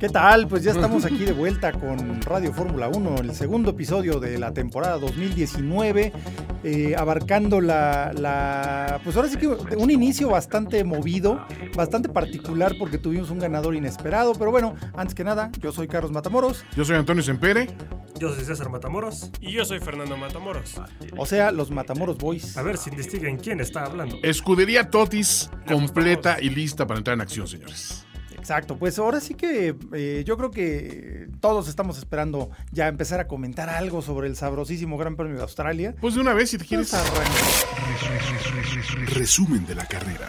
¿Qué tal? Pues ya estamos aquí de vuelta con Radio Fórmula 1, el segundo episodio de la temporada 2019, eh, abarcando la, la... Pues ahora sí que un inicio bastante movido, bastante particular porque tuvimos un ganador inesperado, pero bueno, antes que nada, yo soy Carlos Matamoros, Yo soy Antonio Sempere. Yo soy César Matamoros. Y yo soy Fernando Matamoros. o sea, los Matamoros Boys. A ver si investiguen quién está hablando. Escudería Totis completa y lista para entrar en acción, señores. Exacto, pues ahora sí que eh, yo creo que todos estamos esperando ya empezar a comentar algo sobre el sabrosísimo Gran Premio de Australia. Pues de una vez, si te quieres. Pues arranca. Resumen de la carrera.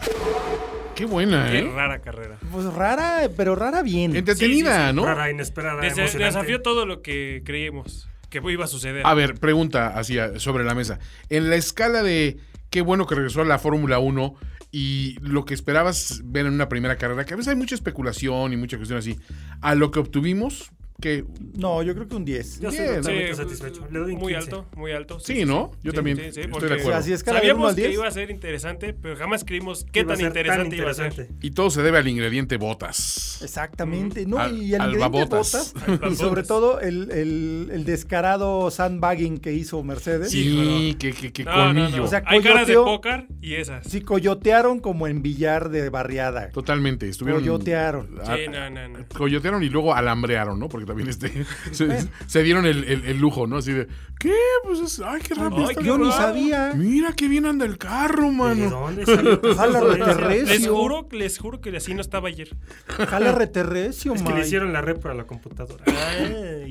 Qué buena, Qué ¿eh? rara carrera. Pues rara, pero rara bien. Entretenida, ¿no? Rara, inesperada, Desa- emocionante. desafió todo lo que creímos que iba a suceder. A ver, pregunta así a- sobre la mesa. En la escala de qué bueno que regresó a la Fórmula 1 y lo que esperabas ver en una primera carrera, que a veces hay mucha especulación y mucha cuestión así, a lo que obtuvimos, que No, yo creo que un 10. Yo estoy Bien. totalmente Sí, satisfecho. Le doy un muy 15. alto, muy alto. Sí, ¿no? Yo también estoy de porque acuerdo. O sea, si es que la del uno Sabíamos al que 10. iba a ser interesante, pero jamás creímos qué Iba a tan ser tan interesante, iba a ser. interesante. y todo se debe al ingrediente botas. Exactamente, ¿no? Al- y el al ingrediente babotas. botas, y sobre todo el, el- el descarado sandbagging que hizo Mercedes. Sí. Sí, qué, qué, qué No, no, no. colmillo. O sea, Hay caras de coyoteo. póker y esas. Sí, coyotearon como en billar de barriada. Totalmente, estuvieron. Coyotearon. Ah, Sí, no, no, no. Coyotearon y luego alambrearon, ¿no? Porque también este, se, se dieron el, el- el lujo, ¿no? Así de, ¿qué? Pues, es- ay, qué rápido. Ay, está qué Yo ni raro. sabía. Mira qué bien anda el carro, ¿De mano. dónde salió? Ojalá lo terrestre. Les juro, les juro que así no estaba ayer. Jala reterrecio, Es que le man. hicieron la rep para la computadora. Ah,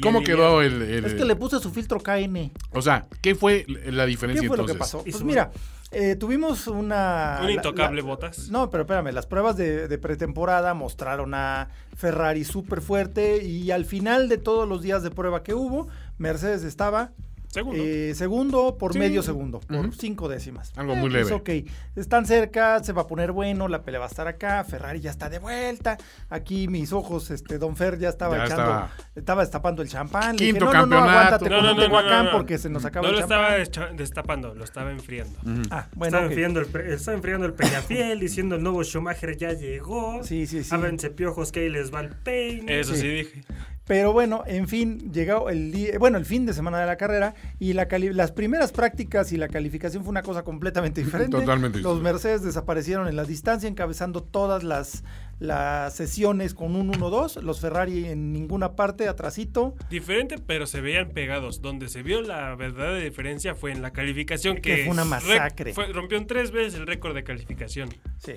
¿Cómo quedó el, el- Es que le puse su filtro KN. O sea, ¿qué fue la diferencia ¿Qué fue lo entonces? que pasó? Pues Hizo mira, eh, tuvimos una... Un la- intocable la- botas. No, pero espérame, las pruebas de, de pretemporada mostraron a Ferrari súper fuerte y al final de todos los días de prueba que hubo, Mercedes estaba Segundo. eh, segundo por Sí. medio segundo, por Ujú. cinco décimas. Algo muy pues, leve. ok, están cerca, se va a poner bueno, la pelea va a estar acá, Ferrari ya está de vuelta, aquí mis ojos, este, Don Fer ya estaba Ya echando, estaba. estaba, destapando el champán. Quinto no, No, no, campeonato. aguántate No, con no, no, Mm. Tehuacán porque se nos acaba No el lo champán. estaba echa- destapando, lo estaba enfriando. Ah, bueno, Estaba ok. enfriando, el, pe- estaba enfriando el Peñafiel diciendo el nuevo Schumacher ya llegó. Sí, sí, sí. Ábranse piojos que ahí les va el peine. Eso sí, dije. Pero bueno, en fin, llegó el día, bueno, el fin de semana de la carrera y la cali- las primeras prácticas y la calificación fue una cosa completamente diferente. Totalmente Los diferente. Mercedes desaparecieron en la distancia, encabezando todas las, las sesiones con un 1-2. Los Ferrari en ninguna parte, atrasito. Diferente, pero se veían pegados. Donde se vio la verdadera diferencia fue en la calificación Que que, fue una re- masacre. fue- rompió en tres veces el récord de calificación. Sí.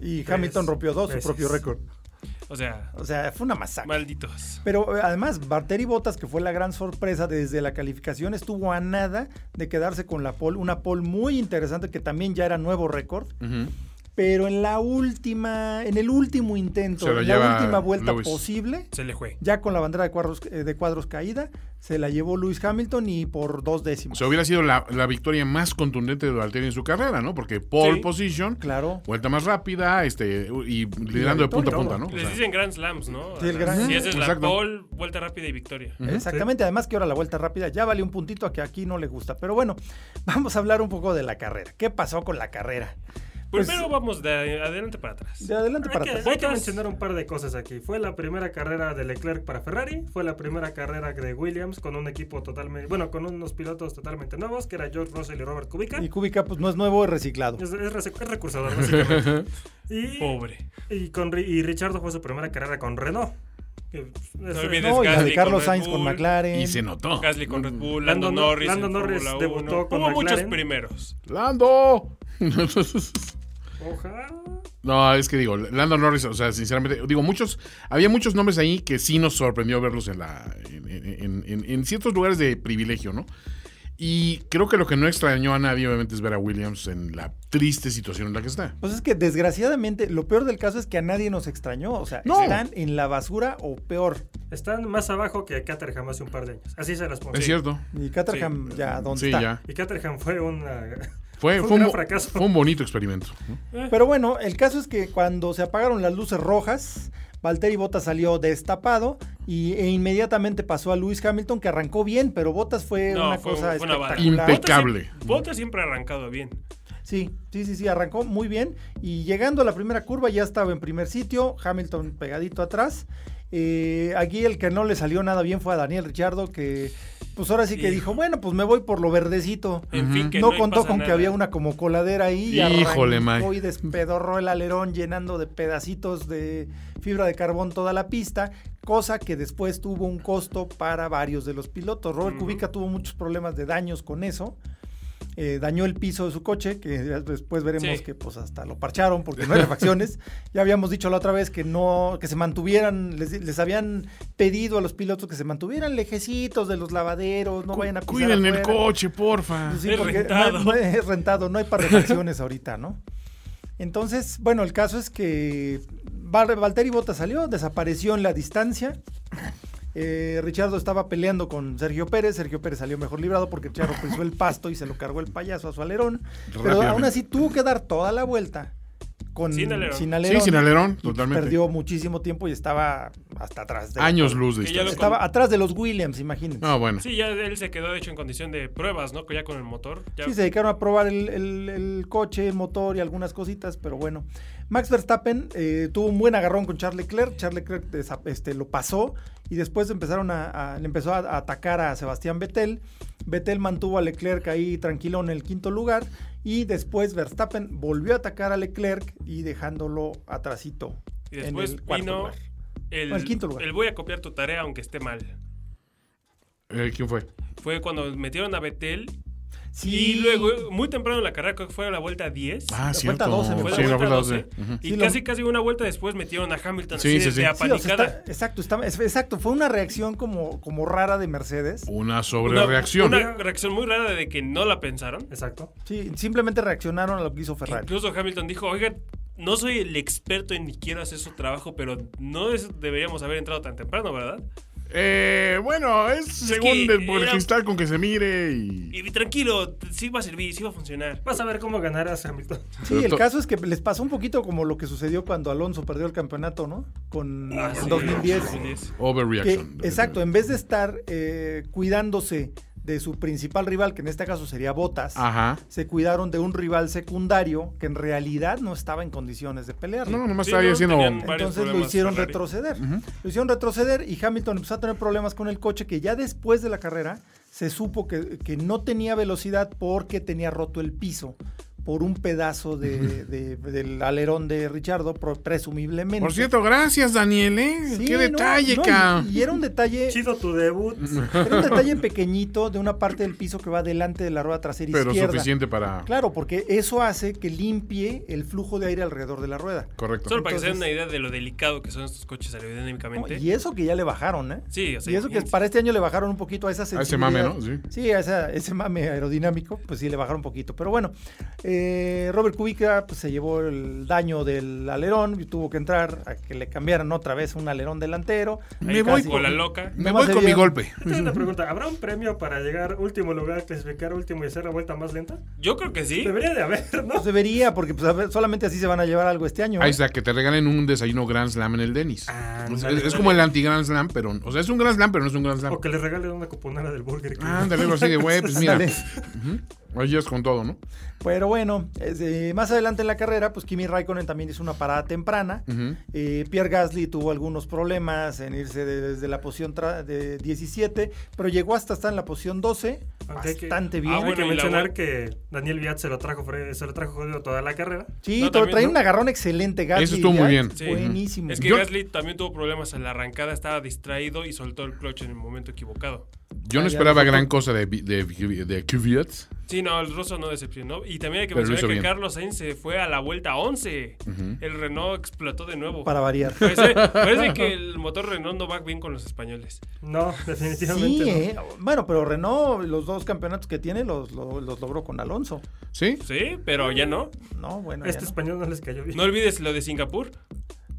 Y Hamilton rompió dos, veces. su propio récord. O sea, O sea, fue una masacre. malditos. Pero eh, además, Barteri Botas, que fue la gran sorpresa desde la calificación, estuvo a nada de quedarse con la pole. Una pole muy interesante que también ya era nuevo récord. Ujú. pero en la última, en el último intento, Se lo en lleva la última vuelta Lewis. posible, Se le fue. ya con la bandera de cuadros, eh, de cuadros caída, se la llevó Lewis Hamilton y por dos O décimas. sea, hubiera sido la, la victoria más contundente de Valtteri en su carrera, ¿no? Porque pole Sí. position, claro. vuelta más rápida, este, y liderando de punta a victoria. punta, ¿no? O Les sea, dicen Grand Slams, ¿no? Sí, el Grand Si Slam. esa es la Exacto. Mm. pole, vuelta rápida y victoria. Exactamente, además que ahora la vuelta rápida ya vale un puntito a que aquí no le gusta. Pero bueno, vamos a hablar un poco de la carrera. ¿Qué pasó con la carrera? Pues, Primero vamos de adelante para atrás. de adelante Hay para que, atrás. hay que mencionar un par de cosas aquí. Fue la primera carrera de Leclerc para Ferrari, fue la primera carrera de Williams con un equipo totalmente, bueno, con unos pilotos totalmente nuevos, que era George Russell y Robert Kubica. Y Kubica, pues no es nuevo, es reciclado. Es, es rec- es recursador, básicamente. y, Oh. Pobre. y, con, Ri- y Richardo fue su primera carrera con Renault. Que, es- olvides No, y la de Gasly con Carlos Red Sainz con Bull, McLaren. y se notó. Gasly con Red Bull, Lando Lando Nor- Norris. Lando en Norris Fórmula debutó 1. con Hubo muchos McLaren. primeros. ¡Lando! Ojalá. No, es que digo, Lando Norris, o sea, sinceramente, digo, muchos, había muchos nombres ahí que sí nos sorprendió verlos en la, en, en- en- en ciertos lugares de privilegio, ¿no? Y creo que lo que no extrañó a nadie, obviamente, es ver a Williams en la triste situación en la que está. Pues es que desgraciadamente lo peor del caso es que a nadie nos extrañó. O sea, No. están en la basura o peor. Están más abajo que Caterham hace un par de años. Así se las pongo. Es cierto. Y Caterham ya, ¿dónde Sí, está? ya. Y Caterham fue una... Fue, Fue un fue un gran bo- fracaso. fue un bonito experimento. ¿no? Pero bueno, el caso es que cuando se apagaron las luces rojas, Valtteri Bottas salió destapado y, e inmediatamente pasó a Lewis Hamilton, que arrancó bien, pero Bottas fue No, una fue- cosa fue una bala. espectacular. Impec- Impecable. Bota siempre ha arrancado bien. Sí, sí, sí, sí, arrancó muy bien. Y llegando a la primera curva ya estaba en primer sitio, Hamilton pegadito atrás. Eh, aquí el que no le salió nada bien fue a Daniel Richardo, que pues ahora sí que Hijo. dijo, bueno, pues me voy por lo verdecito. En fin, que no, no, contó pasa con que nada. había una como coladera ahí. y Híjole, arrancó Mike. Y despedorró el alerón llenando de pedacitos de fibra de carbón toda la pista, cosa que después tuvo un costo para varios de los pilotos. Robert Ujú. Kubica tuvo muchos problemas de daños con eso. eh, dañó el piso de su coche, que ya después veremos Sí. que pues hasta lo parcharon porque no hay refacciones. ya habíamos dicho la otra vez que no, que se mantuvieran, les, les habían pedido a los pilotos que se mantuvieran lejecitos de los lavaderos, no vayan a pisar Cuiden el afuera. coche, porfa. Pues sí, Es porque no hay- rentado. no hay- es rentado, no hay para refacciones ahorita, ¿no? Entonces, bueno, el caso es que Val- Valtteri Bota salió, desapareció en la distancia. Eh, Richardo estaba peleando con Sergio Pérez. Sergio Pérez salió mejor librado porque Richardo pisó el pasto y se lo cargó el payaso a su alerón. Pero Rápidamente. aún así tuvo que dar toda la vuelta con, Sin alerón. Sí, sin alerón, Y, pues, totalmente. Perdió muchísimo tiempo y estaba hasta atrás. De, Años luz de Que ya lo distancia. Estaba atrás de los Williams, imagínense. Ah, bueno. Sí, ya él se quedó, de hecho, en condición de pruebas, ¿no? Ya con el motor. Ya Sí, se dedicaron a probar el, el- el coche, motor y algunas cositas, pero bueno. Max Verstappen eh, tuvo un buen agarrón con Charles Leclerc. Charles Leclerc desa- este, lo pasó y después empezaron a, a- le empezó a, a atacar a Sebastián Vettel. Vettel mantuvo a Leclerc ahí tranquilo en el quinto lugar y después Verstappen volvió a atacar a Leclerc y dejándolo atrasito. Y después en el cuarto vino lugar. el, No, el quinto lugar. el voy a copiar tu tarea aunque esté mal. Eh, ¿Quién fue? Fue cuando metieron a Betel Sí. y luego, muy temprano en la carrera, creo que fue a la vuelta 10. Ah, La cierto. vuelta 12 me Fue sí, la la vuelta vuelta 12. 12. eh. Ujú. Y Sí, lo- casi, casi una vuelta después metieron a Hamilton Sí, así sí, de- sí. de Sí, o sea, apanicada. está- exacto, está- exacto. Fue una reacción como, como rara de Mercedes. Una una, sobrereacción. una reacción muy rara de que no la pensaron. Exacto. Sí, simplemente reaccionaron a lo que hizo Ferrari. Incluso Hamilton dijo, oiga, no soy el experto y ni quiero hacer su trabajo, pero no es- deberíamos haber entrado tan temprano, ¿verdad? Eh, bueno, es, según que el, por el era- cristal con que se mire y... Y tranquilo, sí va a servir, sí va a funcionar. Vas a ver cómo ganarás, Hamilton. Sí, el to- caso es que les pasó un poquito como lo que sucedió cuando Alonso perdió el campeonato, ¿no? Con Ah, en sí, 2010. 2010. Que, Overreaction. exacto, en vez de estar eh, cuidándose de su principal rival, que en este caso sería Botas, Ajá. se cuidaron de un rival secundario que en realidad no estaba en condiciones de pelear. No, nomás Sí, estaba ahí no, haciendo... tenían- varios Entonces lo problemas hicieron Ferrari. retroceder. Lo hicieron retroceder y Hamilton empezó a tener problemas con el coche que ya después de la carrera se supo que, que no tenía velocidad porque tenía roto el piso por un pedazo de, de- del alerón de Richardo, pro- presumiblemente. Por cierto, gracias, Daniel, ¿eh? Sí, Qué no, detalle, no, y- ca. Y, era un detalle, Chido tu debut. era un detalle pequeñito de una parte del piso que va delante de la rueda trasera Pero izquierda. suficiente para... Claro, porque eso hace que limpie el flujo de aire alrededor de la rueda. Correcto. Solo para que se den Entonces- una idea de lo delicado que son estos coches aerodinámicamente. Y eso que ya le bajaron, ¿eh? Sí, o sea, y eso que imagínense. para este año le bajaron un poquito a esa A ese mame, ¿no? Sí. Sí, a esa- ese mame aerodinámico, pues sí, le bajaron un poquito. Pero bueno, eh, Robert Kubica pues, se llevó el daño del alerón y tuvo que entrar a que le cambiaran otra vez un alerón delantero. Ahí Me voy casi con- con la loca. Me Nomás voy con mi sería- golpe. Tengo una pregunta. ¿Habrá un premio para llegar último lugar, clasificar último y hacer la vuelta más lenta? Yo creo que sí. Debería de haber, ¿no? Pues debería, porque pues, a ver, solamente así se van a llevar algo este año. ¿eh? Ahí está, que te regalen un desayuno Grand Slam en el Denis. Ah, es, es ándale, ándale. como el anti-Grand Slam, pero... O sea, es un Grand Slam, pero no es un Grand Slam. O que le regalen una cuponera del Burger King. Ah, Ándale, algo así de güey, pues mira. Ándale. Ujú. Ahí es con todo, ¿no? Pero bueno, es, eh, más adelante en la carrera, pues Kimi Raikkonen también hizo una parada temprana. Ujú. Eh, Pierre Gasly tuvo algunos problemas en irse de- desde la posición tra- de 17, pero llegó hasta estar en la posición 12, Aunque hay que- bastante bien. Ah, Hay bueno, que y la mencionar vuel- que Daniel Viat se lo trajo fre- se lo trajo jodido toda la carrera. Sí, No, tra- también, trae ¿no? un agarrón excelente, Gasly. Eso estuvo muy ya, bien. Sí. Buenísimo. Es que Yo- Gasly también tuvo problemas en la arrancada, estaba distraído y soltó el clutch en el momento equivocado. Yo no ya, esperaba nosotros- gran cosa de, de, de Kvyat. Sí, no, el ruso no decepcionó. Y también hay que Pero lo mencionar hizo que bien. Carlos Sainz se fue a la vuelta 11. El Renault explotó de nuevo. para variar. Parece, parece que el motor Renault no va bien con los españoles. No, definitivamente Sí, no. eh. bueno, pero Renault, los dos campeonatos que tiene, los, los, los logró con Alonso. ¿Sí? Sí, pero ya no. No, bueno. ya Este no. español no les cayó bien. No olvides lo de Singapur.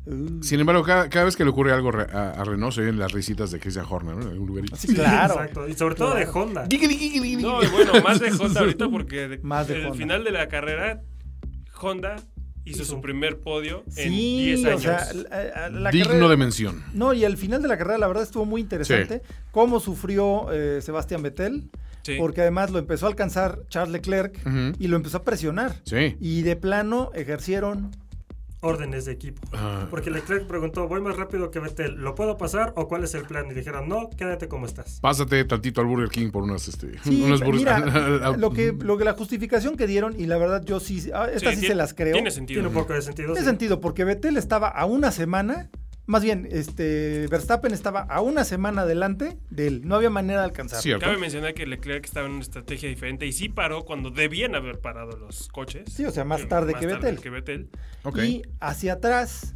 Uh, Sin embargo, cada, cada vez que le ocurre algo re- a, a Renault se ven las risitas de Christian Horner ¿no? en algún lugarito. sí, claro. Exacto. Y sobre todo de Honda. No, y bueno, más de Honda ahorita porque de- Más de el Honda. final de la carrera, Honda hizo Hizo. su primer podio en Sí, 10 o años. sea, la- eh, la Digno carrera- de mención. No, y al final de la carrera la verdad estuvo muy interesante cómo sufrió eh, Sebastián Vettel, Sí. porque además lo empezó a alcanzar Charles Leclerc Ujú. y lo empezó a presionar. Sí. Y de plano ejercieron Órdenes de equipo. Ah. Porque Leclerc preguntó, voy más rápido que Vettel, ¿lo puedo pasar o cuál es el plan? Y dijeron, no, quédate como estás. Pásate tantito al Burger King por unas, este, Sí, unas burgers. mira, lo que, mm, lo que la justificación que dieron, y la verdad yo sí, ah, Sí, estas sí, tiene- se las creo. Tiene Tiene sentido. un poco de sentido. Tiene sí. sentido, porque Vettel estaba a una semana, más bien, este, Verstappen estaba a una semana adelante de él, no había manera de alcanzar. Cierto. Cabe mencionar que Leclerc estaba en una estrategia diferente y sí paró cuando debían haber parado los coches. Sí, o sea, más Eh, tarde que Vettel. que Vettel. Ok. Y hacia atrás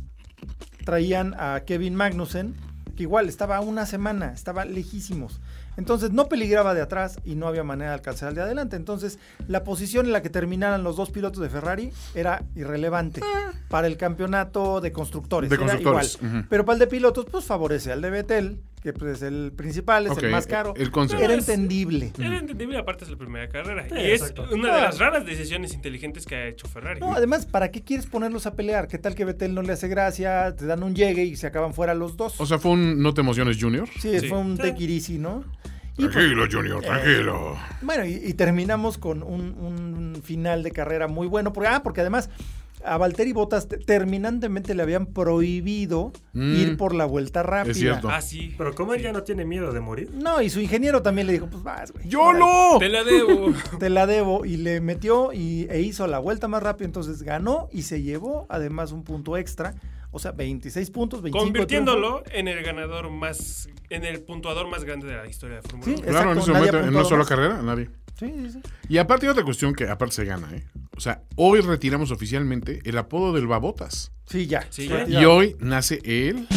traían a Kevin Magnussen, que igual estaba a una semana, estaba lejísimos. Entonces no peligraba de atrás y no había manera de alcanzar al de adelante. Entonces la posición en la que terminaran los dos pilotos de Ferrari era irrelevante para el campeonato de constructores. Ah. De era constructores, igual. ujú. Pero para el de pilotos, pues favorece al de Vettel, que pues, es el principal, es Ok, el más caro. el concepto. Era entendible. Era entendible, aparte es la primera carrera. Mm. Sí, y es exacto. una de las raras decisiones inteligentes que ha hecho Ferrari. No, además, ¿para qué quieres ponerlos a pelear? ¿Qué tal que Vettel no le hace gracia? Te dan un llegue y se acaban fuera los dos. O sea, fue un No te emociones, Junior. Sí, Sí. fue un Sí. take it easy, ¿no? Y pues, Tranquilo, Junior, tranquilo. bueno, y, y terminamos con un, un final de carrera muy bueno. Porque, ah, porque además a Valtteri Bottas te- terminantemente le habían prohibido Mm. ir por la vuelta rápida. cierto. ah, sí. Pero como él Sí. ya no tiene miedo de morir, No, y su ingeniero también le dijo, pues vas, güey. órale, ¡Yolo! Te la debo. Te la debo. Y le metió y, e hizo la vuelta más rápida. Entonces ganó y se llevó además un punto extra. O sea, 26 puntos, 25 de triunfo. convirtiéndolo en el ganador más, en el puntuador más grande de la historia de Fórmula Sí, 1. Claro, en Exacto, ese nadie momento, en apuntó una sola más. carrera, nadie. Sí, sí, sí. Y aparte hay otra cuestión que aparte se gana, ¿eh? O sea, hoy retiramos oficialmente el apodo del Babotas. Sí, ya. Sí, Fue ya. Y retirado. hoy nace el...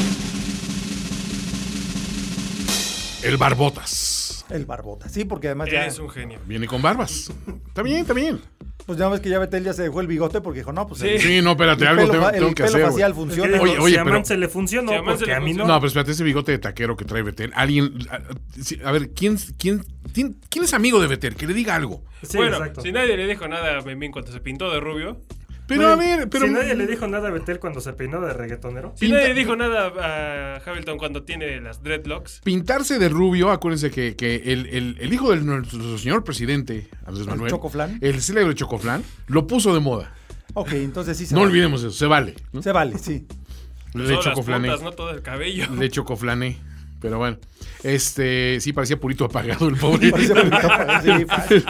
El Barbotas. El barbota. Sí, porque además ya. Eres un genio. Viene con barbas. Está bien, está bien. Pues ya ves que ya Betel ya se dejó el bigote porque dijo, no, pues Sí. el, Sí, no, espérate, el algo pelo, tengo, fa- tengo el que pelo hacer. güey. facial Es que funciona. dijo, Oye, oye, si a pero- Man se le funcionó, Si a Man se porque le a mí no. No, pero espérate, ese bigote de taquero que trae Betel. Alguien. A, a- a ver, ¿quién, quién, quién, quién es amigo de Betel? Que le diga algo. Sí, bueno, exacto. si nadie le dijo nada a Memín cuando se pintó de rubio, Pues, Pero a ver, pero. si nadie le dijo nada a Betel cuando se peinó de reggaetonero. si Pinta- nadie dijo nada a Hamilton cuando tiene las dreadlocks, Pintarse de rubio, acuérdense que, que el, el- el hijo del nuestro señor presidente, Andrés Manuel. Chocoflán? El célebre Chocoflán, lo puso de moda. Ok, entonces sí se no vale. olvidemos eso, se vale. ¿no? Se vale, sí. Le solo las chocoflané. puntas, no todo el cabello. Le chocoflané. Pero bueno, este sí parecía purito apagado el pobre. Parece bonito, parece- sí, fácil.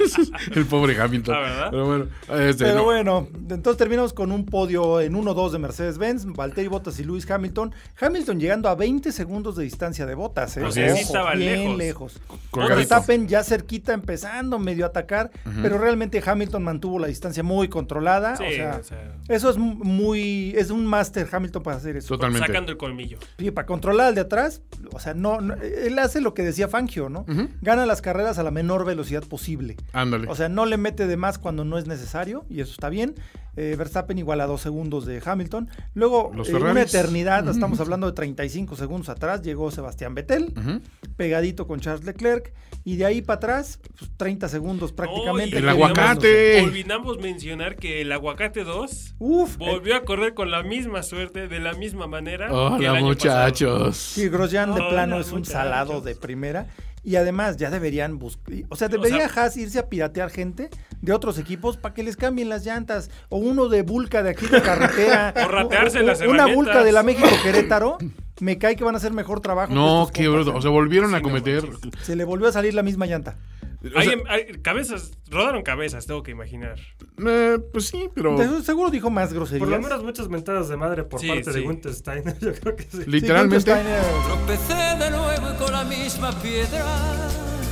el pobre Hamilton. Ah, ¿verdad? Pero bueno, este, Pero no. bueno, entonces terminamos con un podio en 1-2 de Mercedes-Benz, Valtteri Bottas y Lewis Hamilton. Hamilton llegando a 20 segundos de distancia de Bottas, ¿eh? O sea, sí estaba bien lejos. lejos. Colgadito. Verstappen ya cerquita, empezando medio a atacar, pero realmente Hamilton mantuvo la distancia muy controlada. Sí, Ah, o sea, o sea, eso es muy, es un máster Hamilton para hacer eso. Totalmente. sacando el colmillo. Sí, para controlar al de atrás, o sea, no, no- él hace lo que decía Fangio, ¿no? Ujú. Gana las carreras a la menor velocidad posible. Ándale. O sea, no le mete de más cuando no es necesario, y eso está bien. Eh, Verstappen igual a dos segundos de Hamilton. Luego, Los eh, una Ferraris. eternidad, estamos hablando de 35 segundos atrás, llegó Sebastián Vettel, Ujú. pegadito con Charles Leclerc, y de ahí para atrás, pues, 30 segundos prácticamente. Oh, y El que olvidamos- aguacate. Olvidamos mencionar que el aguacate 2 Uf, eh, volvió a correr con la misma suerte, de la misma manera. que el Hola, año pasado. muchachos. Sí, Grosjean de Hola, plano es un muchachos. salado de primera. Y además ya deberían buscar, o sea, debería Haas irse a piratear gente de otros equipos para que les cambien las llantas. O uno de Vulca de aquí de carretera. O ratearse las Una herramientas. Vulca de la México Querétaro. Me cae que van a hacer mejor trabajo. No, que qué estos compas, bruto. ¿eh? O sea, volvieron a Sí, no cometer. manches. Se le volvió a salir la misma llanta. o sea, Alguien- hay- cabezas, rodaron cabezas, tengo que imaginar. eh, pues sí, pero. Entonces, seguro dijo más groserías. Por lo menos muchas mentadas de madre por Sí, parte de sí. Gunther Steiner. Yo creo que sí. Sí, Gunther Literalmente. Steiner, Tropecé de nuevo con la misma piedra.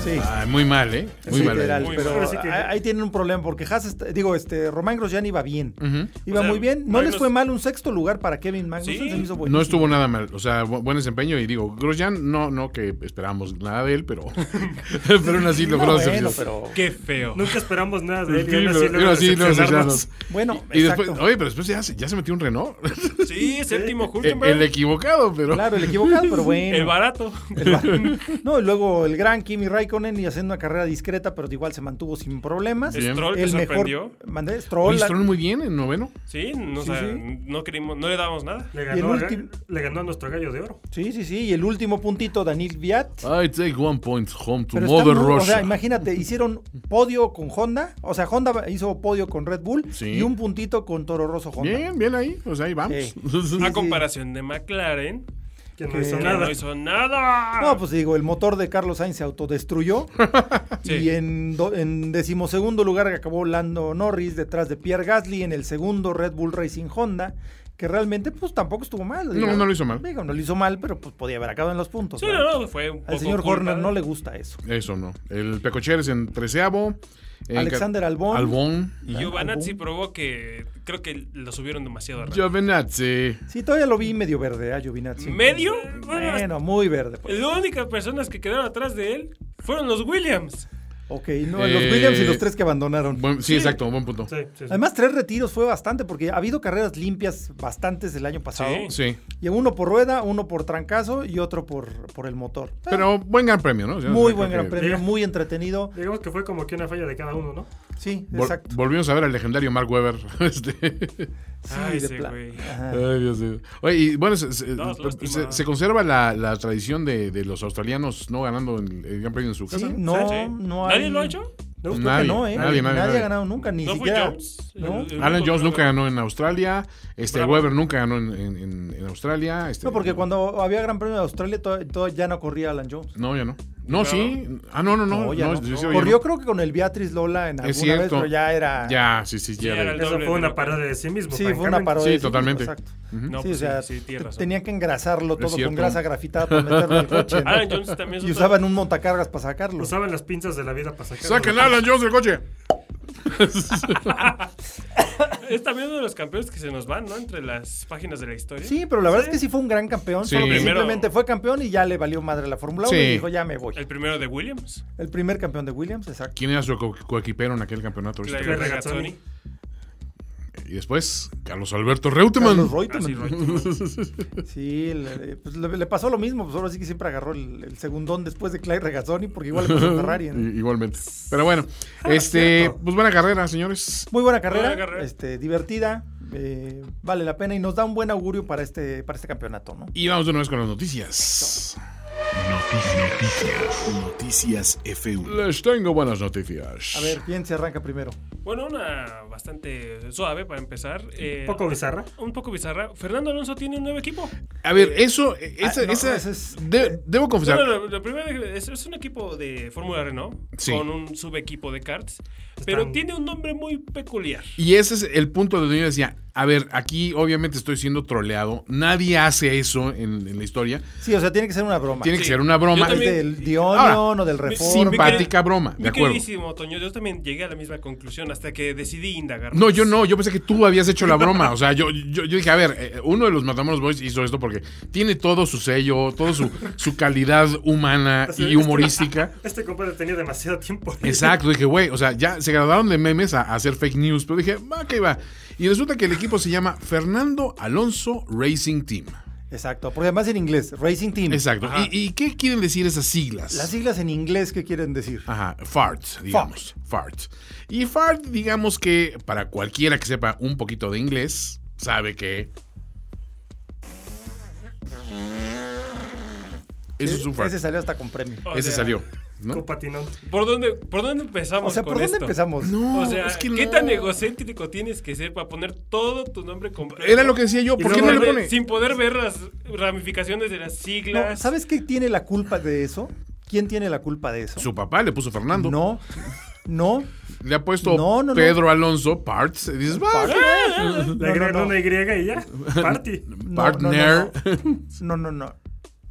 Sí. Ah, muy mal, ¿eh? Muy Sí, mal. literal, muy pero mal. Así que- ahí ahí tienen un problema porque Haas, está- digo, este Román Grosjean iba bien. Ujú. Iba O sea, muy bien. No les Magnus- fue mal un sexto lugar para Kevin Magnussen. Sí. se me hizo No buenísimo. estuvo nada mal, o sea, bu- buen desempeño y digo, Grosjean, no, no que esperábamos nada de él, pero, pero aún así No, logró bueno, decepcionar. pero Qué feo. Nunca esperamos nada de él. Sí, y aún así lo- logra pero sí, lo decepcionarnos. decepcionaron. bueno, Y después, exacto. oye, pero después ya, se- ya se metió un Renault. Eh, Sí, séptimo el, Hulkenberg. el equivocado, pero. Claro, el equivocado, pero bueno. El barato. El va- no, y luego el gran Kimi Raikkonen y haciendo una carrera discreta, pero igual se mantuvo sin problemas. Bien. Stroll que el sorprendió. Mandé Oye, Stroll. Stroll muy bien en noveno. Sí, no, o Sí, sea, sí. no queríamos, no le damos nada. Le Y el ganó, a- último- le ganó a nuestro gallo de oro. Sí, sí, sí. Y el último puntito, Daniel Viat. I take one point home to Pero está Mother muy- O sea, Russia. imagínate, hicieron podio con Honda. O sea, Honda hizo podio con Red Bull Sí. y un puntito con Toro Rosso Honda. bien, bien ahí. O sea, ahí vamos. Sí. A sí. comparación de McLaren, Que no Que- hizo que nada. no hizo nada. No, pues digo, el motor de Carlos Sainz se autodestruyó. Sí. Y en, do- en decimosegundo lugar acabó Lando Norris detrás de Pierre Gasly. En el segundo Red Bull Racing Honda. Que realmente, pues tampoco estuvo mal. digo. no lo hizo mal. Digo, no lo hizo mal, pero pues podía haber acabado en los puntos. Sí, ¿verdad? no, no, fue un poco Al señor culpa. ¿eh? Horner no le gusta eso. Eso no. El Pecocher es en treceavo. En ca- Alexander Albón. Albón. Y Ah, Giovanazzi Albon. probó que creo que lo subieron demasiado rápido. Giovinazzi. Sí, todavía lo vi medio verde, ¿eh? Giovinazzi. ¿Medio? Bueno, Bueno, muy verde. pues. Las únicas personas que quedaron atrás de él fueron los Williams. Ok, no, los Eh, Williams y los tres que abandonaron. Buen- sí, exacto, buen punto. Sí, sí, sí. Además, tres retiros fue bastante, porque ha habido carreras limpias bastantes el año pasado. Sí. Sí. Y uno por rueda, uno por trancazo y otro por, por el motor. Ah, Pero buen gran premio, ¿no? O sea, muy creo buen que gran premio, Sí. muy entretenido. Digamos que fue como que una falla de cada uno, ¿no? Sí, vol- exacto. Volvimos a ver al legendario Mark Webber. Este. Sí, Ay, de ese plan. güey. Ajá. Ay, Dios mío. Oye, y bueno, se, se- Dos, se- lástima. se conserva la, la tradición de, de los australianos no ganando el, el Gran Premio en su Sí, casa. ¿no? no, Sí. no hay. ¿Nadie lo ha hecho? No, creo que Nadie, no, ¿eh? nadie, nadie, nadie. ha ganado nunca, ni ¿No fue siquiera. Jones? ¿no? El- el Alan único Jones que no nunca ganó en Australia. Este Bravo. Weber nunca ganó en, en- en- en Australia. este, No, porque cuando había Gran Premio de Australia, to- to- ya no corría Alan Jones. No, ya no. No, Bravo. sí. Ah, no, no, no. No, ya no, no. sí, sí, ya Corrió, no. creo que con el Beatriz Lola en alguna Es vez, cierto. pero ya era. Ya, sí, sí, ya. Sí, era el- Eso doble fue de una lo- parodia de sí mismo. Sí, fue una francamente. parodia. Sí, de ese tipo, totalmente. Exacto. Ujú. No, sí, pues o sea, sí, sí, tiene te- razón. tenían que engrasarlo todo cierto. con grasa grafitada para meterlo al coche. ¿no? Alan Jones también es y otro- usaban un montacargas para sacarlo. Usaban las pinzas de la vida para sacar. ¡Saquen a Alan Jones del coche! Es también uno de los campeones que se nos van, ¿no? Entre las páginas de la historia. Sí, pero la verdad es que sí fue un gran campeón. Sí. solo que Primero- simplemente fue campeón y ya le valió madre la Fórmula 1 Sí. y dijo, ya me voy. El primero de Williams. El primer campeón de Williams, exacto. ¿Quién era su co- coequipero en aquel campeonato? Este, Claire Regazzoni. Y después, Carlos Alberto Reutemann. Carlos Ah, sí, Reutemann. Reutemann. Sí, le, pues, le- le pasó lo mismo. Pues ahora sí que siempre agarró el, el segundón después de Clyde Regazzoni, porque igual le pasó a Ferrari. ¿no? I- Igualmente. Pero bueno, Ah, este, pues buena carrera, señores. Muy buena carrera, Buena carrera. Este, divertida, eh, vale la pena y nos da un buen augurio para este, para este campeonato, ¿no? Y vamos de una vez con las noticias. Noticias. Noticias F1. Les tengo buenas noticias. A ver, ¿quién se arranca primero? Bueno, una bastante suave para empezar. Eh, Un poco bizarra. un poco bizarra. Fernando Alonso tiene un nuevo equipo. A ver, eso, eh, esa, Ah, no, esa- ese es- de- debo confesar. Bueno, lo, lo primero es, es un equipo de Fórmula Renault Sí. con un subequipo de karts, pero tiene un nombre muy peculiar. Y ese es el punto donde yo decía, a ver, aquí obviamente estoy siendo troleado. Nadie hace eso en, en la historia. Sí, o sea, tiene que ser una broma. Tiene que Sí. ser Ah, una broma. Yo Es también- del Dionion Ahora, o del mi- Reform. mi Simpática querido- broma, de Mi acuerdo. queridísimo Toño, yo también llegué a la misma conclusión hasta que decidí indagar. No, yo no, yo pensé que tú habías hecho la broma. O sea, yo, yo, yo dije, a ver, eh, uno de los Matamoros Boys hizo esto porque tiene todo su sello, toda su, su calidad humana y humorística. Este compadre tenía demasiado tiempo. libre. Exacto, dije, güey, o sea, ya se graduaron de memes a, a hacer fake news, pero dije, va, que va. Y resulta que el equipo se llama Fernando Alonso Racing Team. Exacto, porque además en inglés, Racing Team. Exacto. ¿Y, y qué quieren decir esas siglas? Las siglas en inglés, ¿qué quieren decir? Ajá, fart, digamos. Fart. Y fart, digamos que para cualquiera que sepa un poquito de inglés, sabe que. Eso es un fart. Ese Ese, salió hasta con premio. O sea, salió. ¿no? Con patinón. ¿Por dónde, ¿Por dónde empezamos? O sea, ¿por con dónde esto? empezamos? No, O sea, es que ¿qué no. tan egocéntrico tienes que ser para poner todo tu nombre completo? Era lo que decía yo. Y ¿Por qué luego no le ver- pone? Sin poder ver las ramificaciones de las No, siglas. ¿Sabes qué tiene la culpa de eso? ¿Quién tiene la culpa de eso? Su papá le puso Fernando. No, no. Le ha puesto No, no, no. Pedro Alonso Parts. Y dices, va, Parts. ¿qué? Le no, agregan no. una Y y ya. Party. No, Partner. No no. no, no, no.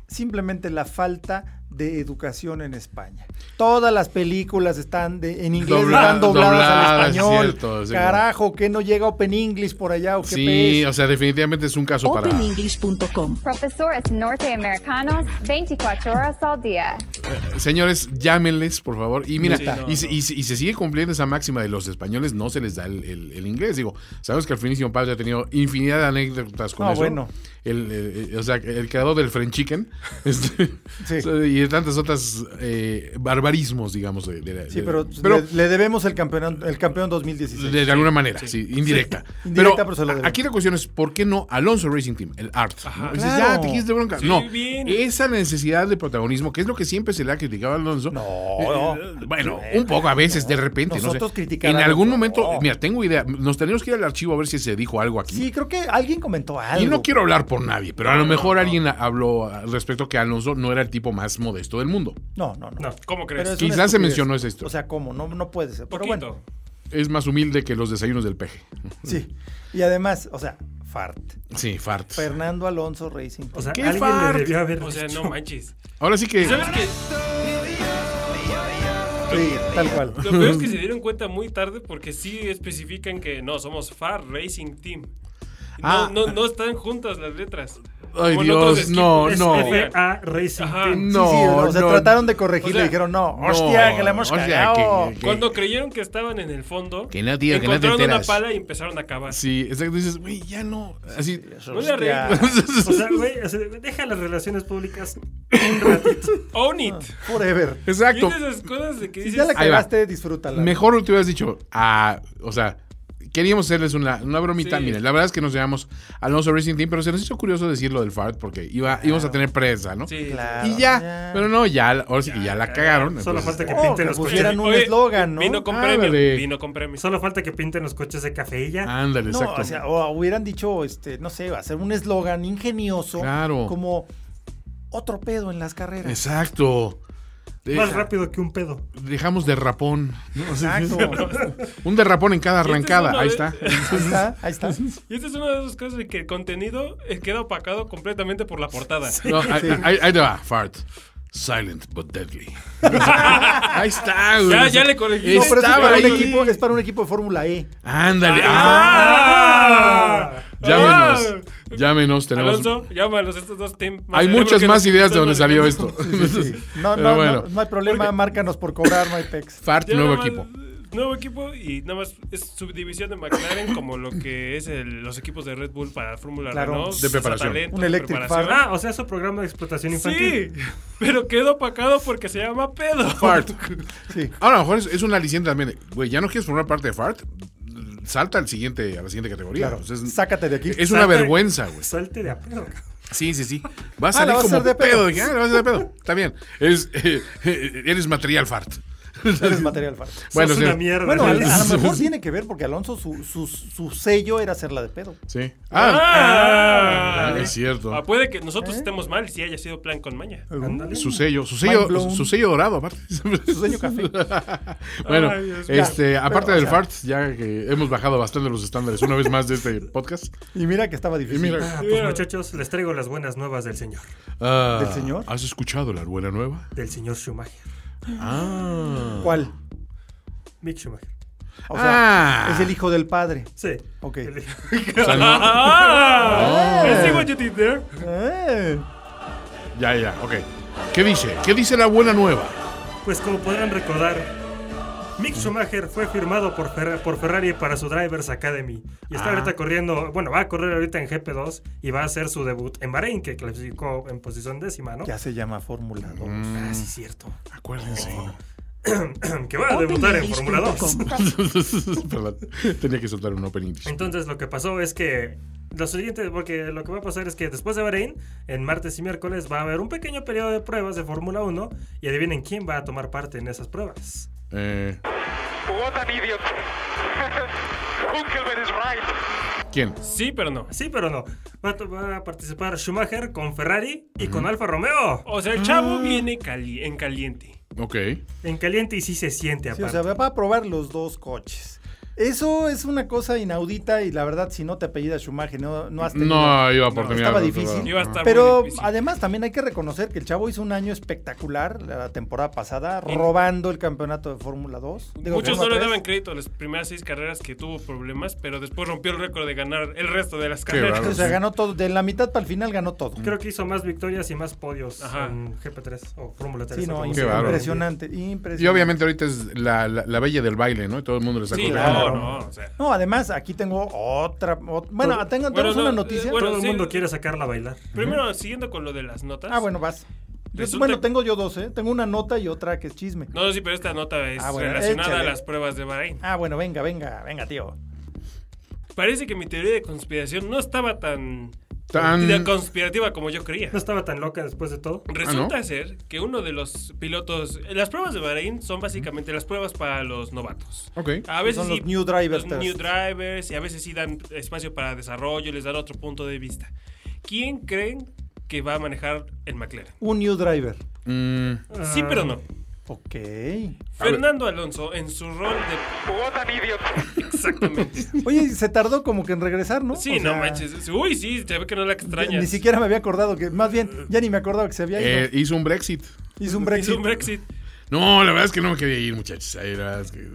Simplemente la falta de educación en España. Todas las películas están de- en inglés, Dobla- están dobladas, dobladas, al español. cierto, sí, Carajo, que no llega Open English por allá o qué Sí, pez? o sea, definitivamente es un caso para. OpenEnglish.com. Profesores norteamericanos 24 horas al día. Señores, llámenles, por favor. Y mira, Sí, no, y, se- y se- y se sigue cumpliendo esa máxima de los españoles, no se les da el, el- el inglés. Digo, sabemos que Alfinísimo Paz ya ha tenido infinidad de anécdotas con No, eso. bueno. El, el- el- o sea, el creador del French Chicken este, Sí. so- y de tantas otras eh, barbarismos, digamos. de- de la- Sí, de- pero, le, le debemos el campeón, el campeón 2016. de, de alguna manera, sí, indirecta. pero Indirecta, pero se lo debemos. aquí la cuestión es, ¿por qué no Alonso Racing Team, el ART? ¿no? Y dices, Claro. ya, te quieres de bronca. Sí, no, bien. esa necesidad de protagonismo, que es lo que siempre se le ha criticado a Alonso. No, Eh, Bueno, un poco a veces, de repente. no sé. Nosotros criticar En a algún Alonso, momento, no. mira, tengo idea. Nos tenemos que ir al archivo a ver si se dijo algo aquí. Sí, creo que alguien comentó algo. Y no quiero hablar por nadie, pero a lo mejor alguien habló al respecto que Alonso no era el tipo más modesto del mundo. No, no, no. No, ¿cómo crees? Pero es una Quizás se estupidez. mencionó esa O historia. sea, ¿cómo? No, no puede ser. Pero Poquito. bueno, es más humilde que los desayunos del peje. sí. Y además, o sea, Fart. Sí, fart. Fernando Alonso Racing. O sea, ¡Qué alguien fart! le debió haber O sea, no manches. Ahora sí que. ¿Sabes qué? sí, tal cual. Lo peor es que se dieron cuenta muy tarde porque sí especifican que no, somos Far Racing Team. No, Ah. no, no están juntas las letras. Ay, Como en otros Dios, equipos. no, Es no. FA Racing Ajá. Team. No, sí, sí, o sea, no. trataron de corregirlo O sea, y dijeron, no, no, hostia, que la hemos o sea, cagado. que- que- Cuando creyeron que estaban en el fondo, Que no, tío, que no te encontraron una enteras. pala y empezaron a cavar. Sí, exacto. Dices, güey, ya no. Así. No le Hostia. arregles. O sea, güey, o sea, deja las relaciones públicas un ratito. Own it. Forever. Y Ah. Exacto. esas cosas de que Si dices, ya ah, la Ahí va. cagaste, disfrútala. Mejor te hubieras dicho, ah, o sea, queríamos hacerles una, una bromita. Sí. Miren, la verdad es que nos llamamos Alonso Racing Team, pero se nos hizo curioso decir lo del fart porque iba, íbamos a tener presa, ¿no? sí, Claro, Y ya, pero no, ya, ahora sí que ya la cagaron. Solo entonces- falta que Oh, pinten que los pusieran coches. un eslogan, ¿no? Vino con Ah, Ándale. premio. Vino con premio. Solo falta que pinten los coches de café y ya. Ándale, No, exacto. o sea, o hubieran dicho, este, no sé, hacer un eslogan ingenioso. Claro. Como otro pedo en las carreras. exacto. Más Deja- rápido que un pedo. dejamos derrapón. ¿no? O sea, Exacto. Un derrapón en cada Este es arrancada. uno Ahí de- está. Ahí está, ahí está. Y esta es una de esas cosas de que el contenido eh, queda opacado completamente por la portada. No, ahí, ahí- ahí te va, fart. Silent but deadly. ahí está, güey. Ya, ya le corregí. No, pero es Estaba para, un ahí. equipo, es para un equipo de Fórmula E. Ándale. ¡Ah! ah. Llámenos. Llámenos. Tenemos. Alonso, eh, llámanos estos dos team. Hay muchas más ideas de donde salió esto. esto. Sí, sí, sí. No, Pero no, bueno. no, no hay problema, márcanos por cobrar, no hay pex. Fart, Ya nuevo nada más- equipo. Nuevo equipo y nada más es subdivisión de McLaren como lo que es el- los equipos de Red Bull para Fórmula Claro. Renault. De preparación. Talento, Un de electric preparación. Ah, Ah, o sea, su programa de explotación Sí, infantil. pero quedó opacado porque se llama pedo. Fart. Sí. Ahora, a lo mejor es, es una licencia también. de, Güey, ya no quieres formar parte de Fart. Salta al siguiente, a la siguiente categoría. Claro, O sea, es, sácate de aquí. es una Salte. vergüenza, güey. Salte de a pedo. Sí, sí, sí. Vas a Ah, la salir vas a como hacer de pedo. pedo. dije, ah, la vas a hacer de pedo. Está bien. Eres, eh, eh, eres material Fart. Eres material falso. Bueno, Bueno, Sos sí. una mierda. Bueno, a, a Alex. lo mejor tiene que ver porque Alonso, su, su, su sello era hacerla de pedo. Sí. Ah, Ah, es cierto. Ah, puede que nosotros estemos mal si haya sido plan con maña. Ándale. Su sello, su Mind sello, blown. su sello dorado, aparte. Su sello café. bueno, Ay, Dios mío. este, Ya, aparte pero, o del sea- fart, ya que hemos bajado bastante los estándares una vez más de este podcast. Y mira que estaba Y difícil. mira, Ah, pues muchachos, les traigo las buenas nuevas del señor. ah, ¿Del señor? ¿Has escuchado la buena nueva? Del señor Schumacher. Ah. ¿Cuál? Mick Schumacher. O sea, Ah. es el hijo del padre. Sí. Ok. El- O sea, no- Ah, Ah. I see what you did there. Eh, ya, ya, ok. ¿Qué dice? ¿Qué dice la buena nueva? Pues como podrán recordar, Mick Schumacher fue firmado por, Ferra- por Ferrari para su Drivers Academy. Y está ahorita corriendo, bueno, va a correr ahorita en GP2 y va a hacer su debut en Bahrein, que clasificó en posición décima, ¿no? ya se llama Fórmula 2. Ah, sí, cierto. Acuérdense. Oh. que va a debutar en Fórmula 2. OpenEnglish.com. Perdón, tenía que soltar un open English. Entonces lo que pasó es que lo siguiente, porque lo que va a pasar es que después de Bahrein, en martes y miércoles va a haber un pequeño periodo de pruebas de Fórmula 1 y adivinen quién va a tomar parte en esas pruebas. Eh, What an idiot. Hunkelman is right. ¿Quién? Sí, pero no. Sí, pero no. Va a, to- va a participar Schumacher con Ferrari y con Alfa Romeo. O sea, el chavo Ah. viene cali- en caliente. Ok. En caliente y sí se siente Sí, o aparte. sea, va a probar los dos coches. Eso es una cosa inaudita y la verdad, si no te apellidas Schumacher, no, no has tenido. No, iba Ah. por terminar. estaba por otro lado. difícil. Iba a estar muy Pero difícil. además también hay que reconocer que el chavo hizo un año espectacular la temporada pasada, robando el campeonato de Fórmula 2. digo, Muchos no Fórmula le 3. daban crédito a las primeras seis carreras que tuvo problemas, pero después rompió el récord de ganar el resto de las carreras. bárbaro. O sea, ganó todo, de la mitad para el final ganó todo. Creo que hizo más victorias y más podios Ajá. en GP3 o Fórmula 3. Sí, no, o Qué bárbaro. impresionante, impresionante. Y obviamente ahorita es la, la, la bella del baile, ¿no? Y todo el mundo le está sí, claro. no, no. o sea. No, además, aquí tengo otra. ot- bueno, Pero- tengan bueno, tenemos no, una eh, noticia. bueno, Todo el sí. mundo quiere sacarla a bailar. Primero, siguiendo con lo de las notas. ah, bueno, vas. Yo- Resulta- bueno, tengo yo dos, ¿eh? Tengo una nota y otra que es chisme. No, sí, pero esta nota es Ah, bueno, relacionada échale. a las pruebas de Bahrein. Ah, bueno, venga, venga, venga, tío. Parece que mi teoría de conspiración no estaba tan, Tan- de conspirativa como yo creía. No Ah, estaba tan loca después de todo. Resulta Ah, ¿no? ser que uno de los pilotos. Las pruebas de Bahrein son básicamente las pruebas para los novatos. Ok. A veces Son los sí, new drivers los new test. drivers, y a veces sí dan espacio para desarrollo, les dan otro punto de vista. ¿Quién creen que va a manejar el McLaren? Un new driver. Mm, Sí, pero no. Ah, Ok. Fernando Alonso, en su rol de. Exactamente. Oye, se tardó como que en regresar, ¿no? Sí, O no sea, manches. Uy, sí, se ve que no la extrañas. Eh, Ni siquiera me había acordado que, más bien, ya ni me acordaba que se había ido. eh, hizo un Brexit. Hizo un Hizo Brexit. un Brexit. No, la verdad es que no me quería ir, muchachos. Ahí, la verdad es que...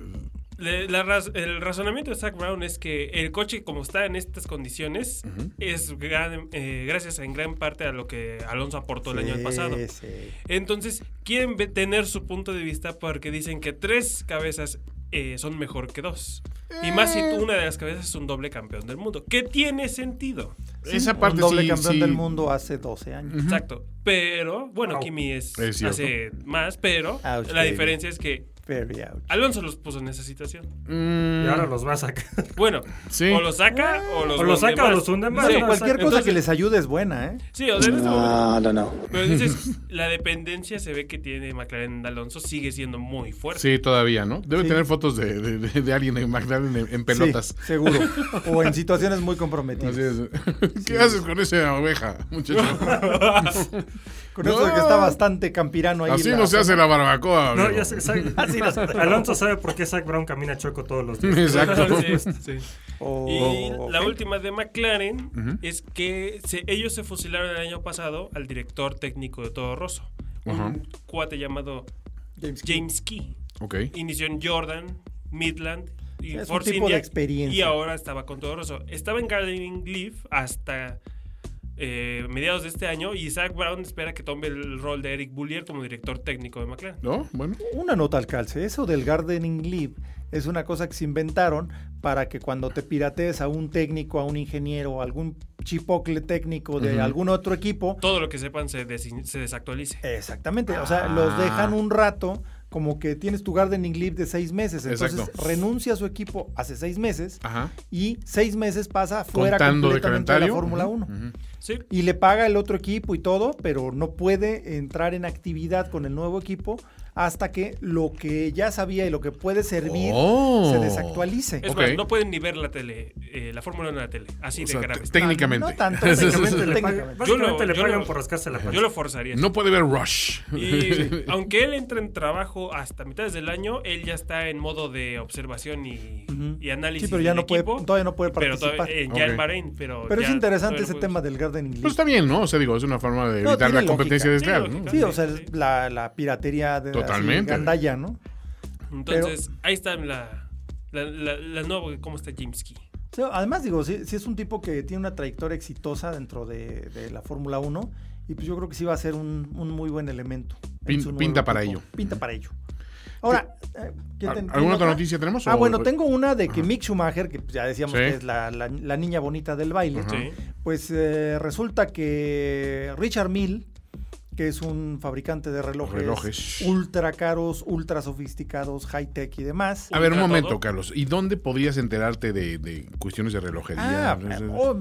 Le- la raz- el razonamiento de Zach Brown es que el coche como está en estas condiciones es gran- eh, gracias en gran parte a lo que Alonso aportó el año Sí, pasado. sí. Entonces quieren ve- tener su punto de vista porque dicen que tres cabezas eh, son mejor que dos. Y más si Eh. tú- una de las cabezas es un doble campeón del mundo. Que tiene sentido. Esa parte un doble sí, campeón sí. del mundo hace 12 años. Exacto. Pero, bueno, Wow. Kimi es, Es cierto. hace más, pero Ouch, la baby. diferencia es que Very out. Alonso los puso en esa situación. Y Mm, ahora los va a sacar. Bueno, Sí. o lo saca o los O lo saca hunde o más. los hunde más. Sí, Bueno, cualquier cosa entonces- que les ayude es buena, ¿eh? Sí, o sea, en este momento. Pero dices, la dependencia se ve que tiene McLaren de Alonso sigue siendo muy fuerte. Sí, todavía, ¿no? Debe Sí. tener fotos de, de- de- de alguien en McLaren en, en pelotas. Sí, seguro. O en situaciones muy comprometidas. Así es. ¿Qué haces con esa oveja, muchacho? Con eso de que No. está bastante campirano ahí. Así la- no se hace la barbacoa. No, amigo. ya sé, sabe- Alonso sabe por qué Zach Brown camina choco todos los días. Exacto. Ah, Sí, sí. O- Y Oh, la ok. última de McLaren es que se- ellos se fusilaron el año pasado al director técnico de Todo Rosso, Ajá. un cuate llamado James Key. James Key. Ok. Inició en Jordan, Midland y Es un Force tipo de India, experiencia. Y ahora estaba con Todo Rosso. Estaba en Gardening Leaf hasta eh, mediados de este año y Zach Brown espera que tome el rol de Eric Bullier como director técnico de McLaren. ¿No? Bueno. Una nota al calce. Eso del gardening leave es una cosa que se inventaron para que cuando te piratees a un técnico, a un ingeniero, a algún chipocle técnico de algún otro equipo, Todo lo que sepan se, desin- se desactualice. Exactamente, o sea, Ah. los dejan un rato, como que tienes tu gardening leave de seis meses, entonces Exacto. renuncia a su equipo hace seis meses Ajá. y seis meses pasa fuera Contando de completamente de, la calendario. Fórmula 1. Sí. Y le paga el otro equipo y todo, pero no puede entrar en actividad con el nuevo equipo hasta que lo que ya sabía y lo que puede servir Oh. se desactualice. Es Ok. más, no pueden ni ver la tele, eh, la Fórmula 1 en la tele. Así O sea, de grave. te- está. técnicamente. No tanto, Básicamente técnicamente, le pagan, técnicamente. básicamente Yo lo- le yo pagan lo- por rascarse la Yo panza. lo forzaría. No puede ver Rush. Y aunque él entra en trabajo hasta mitades del año, él ya está en modo de observación y, y análisis. Sí, pero ya del no puede- equipo. todavía no puede Pero todavía- participar. eh, ya en Ok. Bahrein, pero. Pero es ya interesante todavía ese no tema puede- del gardening leave. Pues está bien, ¿no? O sea, digo, es una forma de No, evitar tiene la competencia lógica. desleal, Tiene ¿no? lógica. Sí, o sea, Sí. la, la piratería de Totalmente. así, gandalla, ¿no? Entonces, ahí está la, la, la, la nueva. ¿Cómo está Jimsky? Sí, además, digo, sí, sí es un tipo que tiene una trayectoria exitosa dentro de, de la Fórmula 1 y pues yo creo que sí va a ser un, un muy buen elemento. en Pin- su nuevo pinta para equipo. ello. Pinta para ello. Ahora, eh, ¿qué ¿Al- ten- ¿Alguna tiene otra noticia tenemos? Ah, O- bueno, tengo una de que Mick Schumacher, que pues, ya decíamos Sí. que es la, la- la niña bonita del baile, Ajá. Sí. pues eh, resulta que Richard Mill, que es un fabricante de relojes, Relojes. ultra caros, ultra sofisticados, high-tech y demás, A ver, un Ultra momento, todo. Carlos. ¿Y dónde podrías enterarte de, de cuestiones de relojería? Ah, Entonces, oh,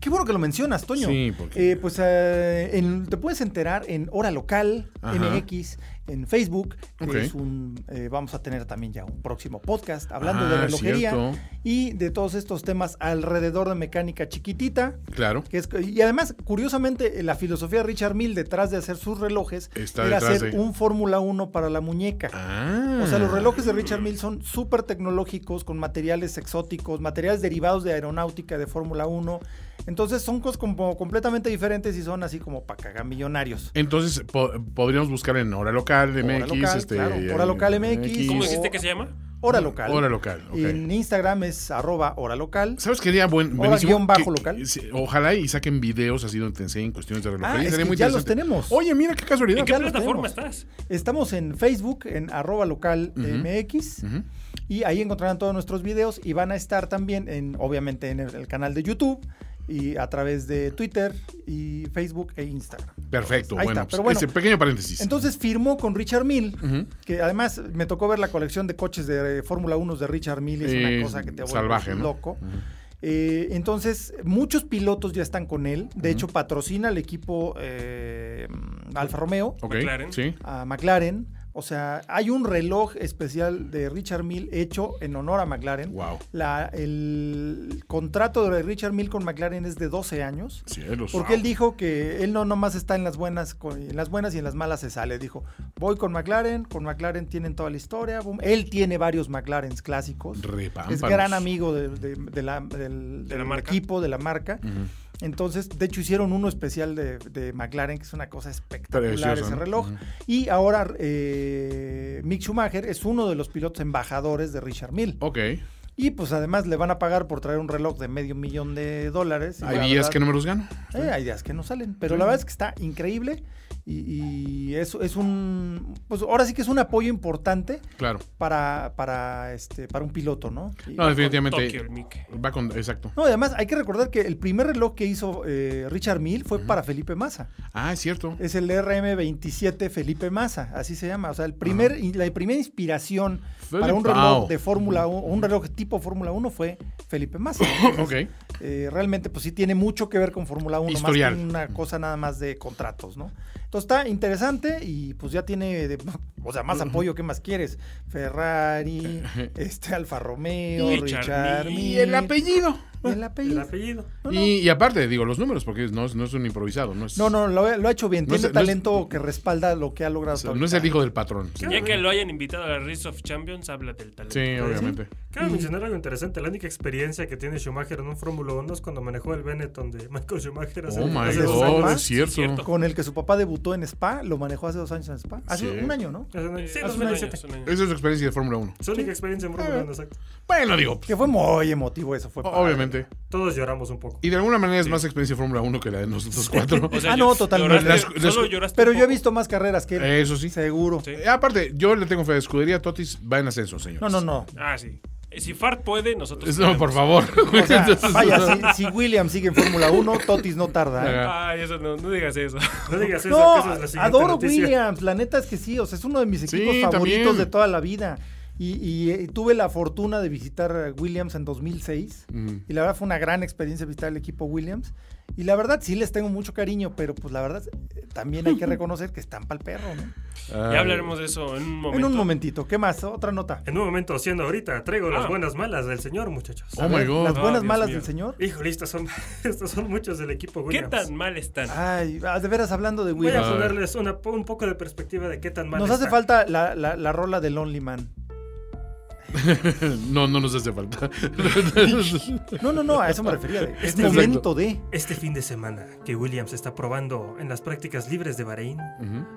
qué bueno que lo mencionas, Toño. ah, Sí, porque- Eh, pues eh, en- te puedes enterar en Hora Local, Ajá. MX, en Facebook. que Ok. es un, eh, vamos a tener también ya un próximo podcast hablando de Ah, relojería cierto. y de todos estos temas alrededor de mecánica chiquitita. Claro. Que es- y además, curiosamente, la filosofía de Richard Mill detrás de hacer sus relojes Está era detrás hacer de- un Fórmula 1 para la muñeca. Ah. O sea, los relojes de Richard Mill son súper tecnológicos, con materiales exóticos, materiales derivados de aeronáutica, de Fórmula 1. Entonces son cosas como completamente diferentes y son así como para cagar millonarios. Entonces, po- podríamos buscar en Hora Local MX. Local, este, claro, eh, Hora Local MX. ¿Cómo Sí. dijiste que se llama? Hora local. Hmm. Hora Local, ok. En Instagram es arroba hora local. ¿Sabes qué día buen, Hora buenísimo? guión bajo Que- local. Ah, que se- ojalá y saquen videos así donde te enseñen cuestiones de relojería. es Sería que muy ya los interesante. tenemos. Oye, mira qué casualidad. ¿En qué Ya los plataforma tenemos. estás? Estamos en Facebook, en arroba local MX. Ujú. Y ahí encontrarán todos nuestros videos y van a estar también, en, obviamente, en el, el canal de YouTube y a través de Twitter y Facebook e Instagram. Perfecto, Ahí bueno, está, pero pues, bueno. ese pequeño paréntesis. Entonces firmó con Richard Mill, Ujú. que además me tocó ver la colección de coches de eh, Fórmula 1 de Richard Mill, es Eh, una cosa que te vuelve salvaje, ¿no? loco. Eh, entonces, muchos pilotos ya están con él. De hecho, patrocina al equipo eh, Alfa Romeo, Ok, McLaren. sí. a McLaren. O sea, hay un reloj especial de Richard Mill hecho en honor a McLaren. Wow. La- el contrato de Richard Mill con McLaren es de 12 años. Cielos, Porque wow. él dijo que él no nomás está en las buenas, con- en las buenas y en las malas se sale. Dijo, voy con McLaren, con McLaren tienen toda la historia. boom. Él tiene varios McLarens clásicos. Repámpanos. Es gran amigo de, de- de la- del, De la del marca. equipo, de la marca. Ujú. Entonces, de hecho, hicieron uno especial de, de McLaren, que es una cosa espectacular Precioso, ese ¿no? Mm. reloj. Ujú. Y ahora eh, Mick Schumacher es uno de los pilotos embajadores de Richard Mill. Ok. Y pues además le van a pagar por traer un reloj de medio millón de dólares. Y Hay la días verdad- que no me los gano. eh, hay ideas que no salen, pero la verdad es que está increíble y, y eso es un, pues ahora sí que es un apoyo importante Claro. para, para, este, para un piloto, ¿no? Y- No, definitivamente. Tokio, el Mickey. Va con. Exacto. No, y además hay que recordar que el primer reloj que hizo eh, Richard Mill fue para Felipe Massa. Ah, es cierto. Es el RM27 Felipe Massa, así se llama. O sea, el primer, y la primera inspiración para un Felipao. reloj de Fórmula 1, un reloj tipo Fórmula 1 fue Felipe Massa. ok. Eh, realmente, pues sí tiene mucho que ver con Fórmula 1, más que Historial. una cosa nada más de contratos, ¿no? Entonces está interesante y pues ya tiene, de- o sea, más apoyo, ¿qué más quieres? Ferrari, este Alfa Romeo, Richard Richard, Mille. Mille, Y el apellido. y el apellido. El apellido. No, no. Y, y aparte, digo, los números, porque no es, no es un improvisado. No, es, No, no, lo, lo ha hecho bien. No es- tiene no es- talento que respalda lo que ha logrado. o sea, hasta no es el ahorita. hijo del patrón. Sí, Ya que lo hayan invitado a la Race of Champions, habla del talento. obviamente. Cabe mencionar algo interesante. La única experiencia que tiene Schumacher en un Fórmula 1 es cuando manejó el Benetton de Michael Schumacher hace, Oh my hace dos god, años. es cierto. cierto. Con el que su papá debutó en Spa, lo manejó hace dos años en Spa. Hace Sí. un año, ¿no? Hace un año. Sí, Eh, hace un año, 2017. hace un año. Esa es su experiencia de Fórmula 1. Su única experiencia en Fórmula 1, exacto. Bueno, digo, Que fue muy emotivo eso. Fue padre. obviamente. Todos lloramos un poco. Y de alguna manera es más experiencia de Fórmula 1 que la de nosotros cuatro. O sea, Ah, no, llor- totalmente. lloraste- Las- las- solo lloraste Pero un yo he poco. visto más carreras que él. Eso Eh, sí. Seguro. Sí. Eh, aparte, yo le tengo fe a Escudería Totis, va en ascenso, señor. No, no, no. Ah, sí. Eh, Si Fart puede, nosotros. No, podemos. por favor. O sea, vaya, si, si Williams sigue en Fórmula 1, Totis no tarda. ¿eh? Ay, eso no, no digas eso. No digas eso, No, que esa es la siguiente adoro noticia. Williams. La neta es que sí, o sea, es uno de mis Sí, equipos favoritos también. de toda la vida. Y, y, eh, tuve la fortuna de visitar a Williams en 2006. Mm. Y la verdad fue una gran experiencia visitar el equipo Williams. Y la verdad sí les tengo mucho cariño, pero pues la verdad eh, también hay que reconocer que están pa'l perro, ¿no? Ya hablaremos de eso en un momento. En un momentito, ¿qué más? Otra nota. En un momento, siendo ahorita, traigo las Ah. buenas malas del señor, muchachos. Oh my god. Las Ah, buenas Dios malas mío. del señor. Híjole, estos son, estos son muchos del equipo ¿Qué Williams. tan mal están? Ay, ah, de veras hablando de Voy a Williams. ponerles una- un poco de perspectiva de qué tan mal Nos hace está. falta la, la- la rola de Lonely Man. No, no nos hace falta. No, no, no, a eso me refería. de- es Este- momento de. Este fin de semana que Williams está probando en las prácticas libres de Bahrein,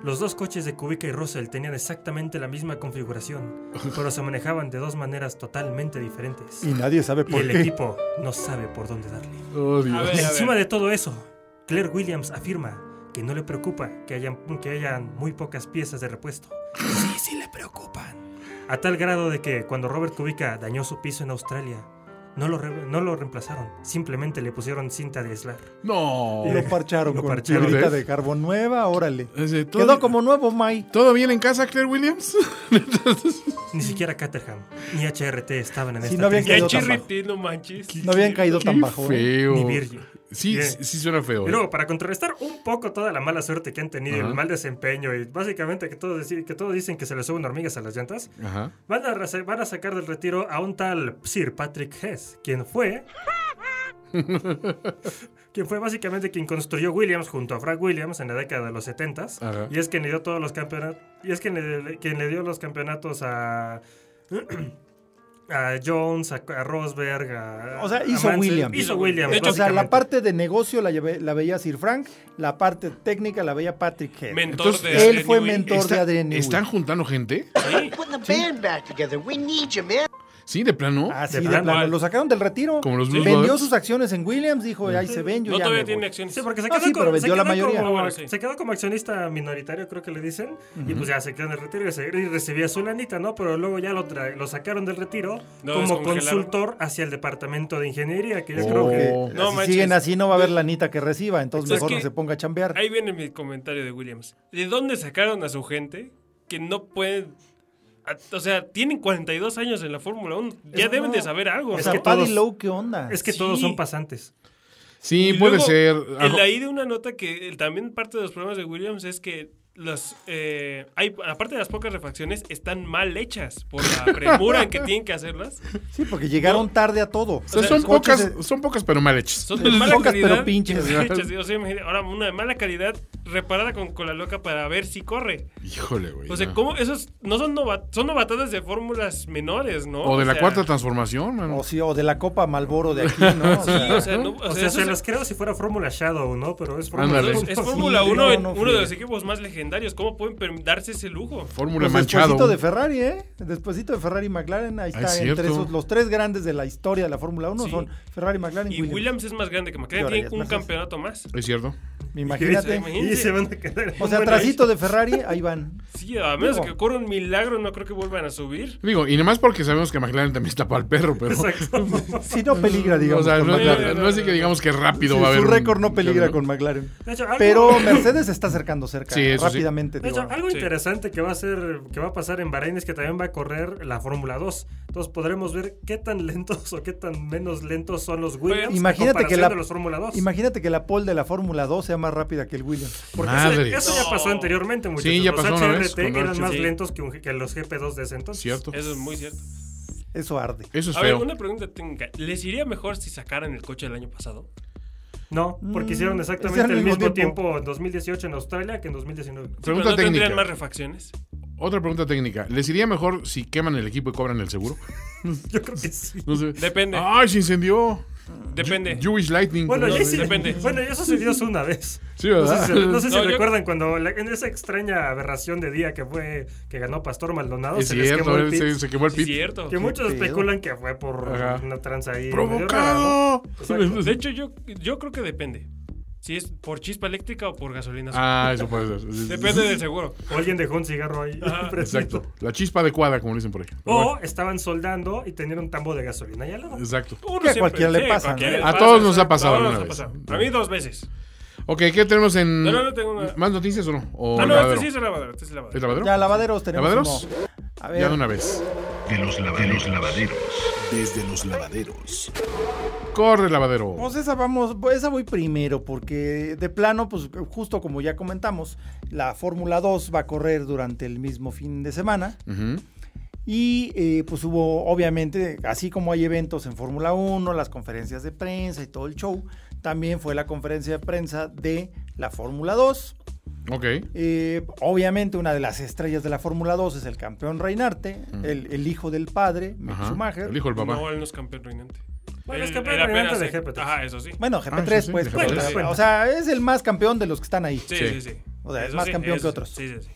los dos coches de Kubica y Russell tenían exactamente la misma configuración, pero se manejaban de dos maneras totalmente diferentes. Y nadie sabe Y por el qué. equipo no sabe por dónde darle. Oh, Dios. A ver, a Encima ver. de todo eso, Claire Williams afirma que no le preocupa que hayan, que hayan muy pocas piezas de repuesto. Sí, sí le preocupan. A tal grado de que cuando Robert Kubica dañó su piso en Australia, no lo, re- no lo reemplazaron, simplemente le pusieron cinta de aislar. No. Lo parcharon Lo con parcharon. piedrita de carbón nueva, órale. Ese, todo- Quedó como nuevo, May. ¿Todo bien en casa, Claire Williams? Ni siquiera Caterham ni HRT estaban en Sí, esta no habían triste- quedó Ya tan Chirriti, no manches. No habían caído tan bajo. ¿eh? Feo. ni Virgil. Sí, Bien. sí, sí suena feo. Y ¿eh? luego, para contrarrestar un poco toda la mala suerte que han tenido, y el mal desempeño y básicamente que todos, deci- que todos dicen que se les suben hormigas a las llantas, Ajá. van a, rasa- van a sacar del retiro a un tal Sir Patrick Hess, quien fue... quien fue básicamente quien construyó Williams junto a Frank Williams en la década de los 70 Ajá. y es quien le dio todos los campeonatos y es quien le, quien le dio los campeonatos a a Jones, a, a Rosberg, a O sea, a hizo Mansell. Williams. hizo Williams. De hecho, o sea, la básicamente. parte de negocio la, lleve- la veía Sir Frank, la parte técnica la veía Patrick Head. Mentor Entonces, de él Adrian fue Newey. mentor de Adrian Newey. ¿Están juntando gente? Put the band back together. We need you, man. Sí, de plano. Así De de plano. plano. Lo sacaron del retiro. Como los Blues vendió Brothers. sus acciones en Williams, dijo, ahí se ven, yo No ya todavía me tiene voy". acciones. Sí, porque se Ah, quedó, sí, como, pero se vendió la quedó mayoría. como- Ah, bueno, sí. se quedó como accionista minoritario, creo que le dicen. Y pues ya se quedó en el retiro y, se- y recibía su lanita, ¿no? Pero luego ya lo, tra- lo sacaron del retiro Lo como descongelaron. consultor hacia el departamento de ingeniería, que yo Oh. creo que. Porque No si manches. siguen así no va a haber la nita que reciba, entonces Es mejor que- no se ponga a chambear. Ahí viene mi comentario de Williams. ¿De dónde sacaron a su gente que no pueden... a- O sea, tienen 42 años en la Fórmula 1. Ya Es- deben no. de saber algo. o ¿no? sea, que Paddy todos- Lowe, ¿qué onda? Es que Sí. todos son pasantes. Sí, Y puede luego, ser. En la I de una nota que eh, también parte de los problemas de Williams es que las eh, hay aparte de las pocas refacciones están mal hechas por la premura en que tienen que hacerlas. Sí, porque llegaron tarde a todo. O sea, sea, son, los pocas, coches- son pocas, pero mal hechas. Son de mala Pocas, calidad. pero pinches. que hechas, digo, sí, imagínate, ahora una de mala calidad reparada con cola loca para ver si corre. Híjole, güey. O sea, no. ¿cómo esos no son novat- son novatadas de fórmulas menores, ¿no? O de la sea, cuarta transformación, mano. O, sí, o de la Copa Malboro de aquí, ¿no? O sea, Sí, o sea, no- O, o sea, sea, se esos- los creo si fuera Fórmula Shadow, ¿no? Pero es Fórmula Ándale. Shadow. es Fórmula Sí, 1, no, en- no, uno de friega. los equipos más legendarios. ¿Cómo pueden perm- darse ese lujo? Fórmula Pues despuésito manchado. de Ferrari, ¿eh? Despuésito de Ferrari y McLaren, ahí Ah, está. es entre cierto. esos, los tres grandes de la historia de la Fórmula 1 Sí. son Ferrari, McLaren y Y Williams. Williams es más grande que Y McLaren, ahora tiene ya es un más fácil. campeonato más. Es cierto. Imagínate. Y se van a quedar. O sea, trasito de Ferrari, ahí van. Sí, a menos Digo. que ocurra un milagro, no creo que vuelvan a subir. Digo, y nada más porque sabemos que McLaren también está para el perro, pero. Exacto. Si no peligra, digamos. o sea, con no, McLaren. no- no es de que digamos que rápido Sí, va a haber. su un- récord no peligra con McLaren. De hecho, algo- Pero Mercedes se está acercando cerca Sí, eso sí. rápidamente. De digo. hecho, algo Sí. interesante que va a ser, que va a pasar en Bahrein es que también va a correr la Fórmula 2. Entonces podremos ver qué tan lentos o qué tan menos lentos son los Williams imagínate en que comparación la- de los Fórmula 2. Imagínate que la pole de la Fórmula 2 sea más rápida que el Williams. Porque Madre. eso, eso ya pasó anteriormente, muchachos. ya los pasó una vez HRT con eran Archie. más Sí. lentos que, un- que los GP2 de ese entonces. Cierto. Eso es muy cierto. Eso arde. Eso es A ver, feo. una pregunta técnica. ¿Les iría mejor si sacaran el coche del año pasado? No, porque hicieron exactamente hicieron el mismo tiempo. en 2018 en Australia que en 2019. Sí, Pregunta pero no técnica. tendrían más refacciones. Otra pregunta técnica. ¿Les iría mejor si queman el equipo y cobran el seguro? Yo creo que sí. No sé. Depende. ¡Ay, se incendió! Depende. Jewish Lightning. Bueno, No, ya sí- depende. bueno, ya sucedió eso una vez. Sí, No sé ¿verdad? si, no sé si No, yo- recuerdan cuando la- en esa extraña aberración de día que fue que ganó Pastor Maldonado, Es se les quemó cierto, el él pit, se, se quemó el Sí, pit. cierto. que muchos pedo. especulan que fue por Ajá. una tranza ahí. ¡Provocado! medio rara, ¿no? De hecho, yo, yo creo que depende. Si es por chispa eléctrica o por gasolina. Ah, eso puede ser. Depende del seguro. O alguien dejó un cigarro ahí. Exacto. La chispa adecuada, como dicen por ahí. Pero Oh. bueno, O estaban soldando y tenían un tambo de gasolina ahí al lado. Exacto. Uno Que a cualquiera le pasa, ¿no? cualquiera le A todos nos exacto. ha pasado A todos alguna nos ha vez. pasado. A mí dos veces. Ok, ¿qué tenemos en. No, no, no tengo una- ¿Más noticias o no? ¿O Ah, no, lavadero? este sí es el lavadero. Este es el lavadero. ¿Es lavadero? Ya, lavaderos tenemos. ¿Lavaderos? uno. A Ya ver, de una vez. De los lavaderos. Desde los lavaderos. Corre, lavadero. pues esa vamos, esa voy primero, porque de plano, pues justo como ya comentamos, la Fórmula 2 va a correr durante el mismo fin de semana. Ujú. Y eh, pues hubo, obviamente, así como hay eventos en Fórmula 1, las conferencias de prensa y todo el show, también fue la conferencia de prensa de la Fórmula 2. Ok. Eh, obviamente, una de las estrellas de la Fórmula 2 es el campeón Reinarte, el, el hijo del padre, Mick Mm. Ajá. Schumacher. El hijo del papá. eh. No, él no es campeón reinante. Bueno, es Él campeón Eh, era reinante apenas- de GP3. Ajá, eso sí. Bueno, GP3, Ah, sí, sí, pues. GP3. pero, Bueno. O sea, es el más campeón de los que están ahí. Sí, Sí. sí, sí. O sea, es Eso más sí, campeón eso que sí. otros. Sí, sí, sí.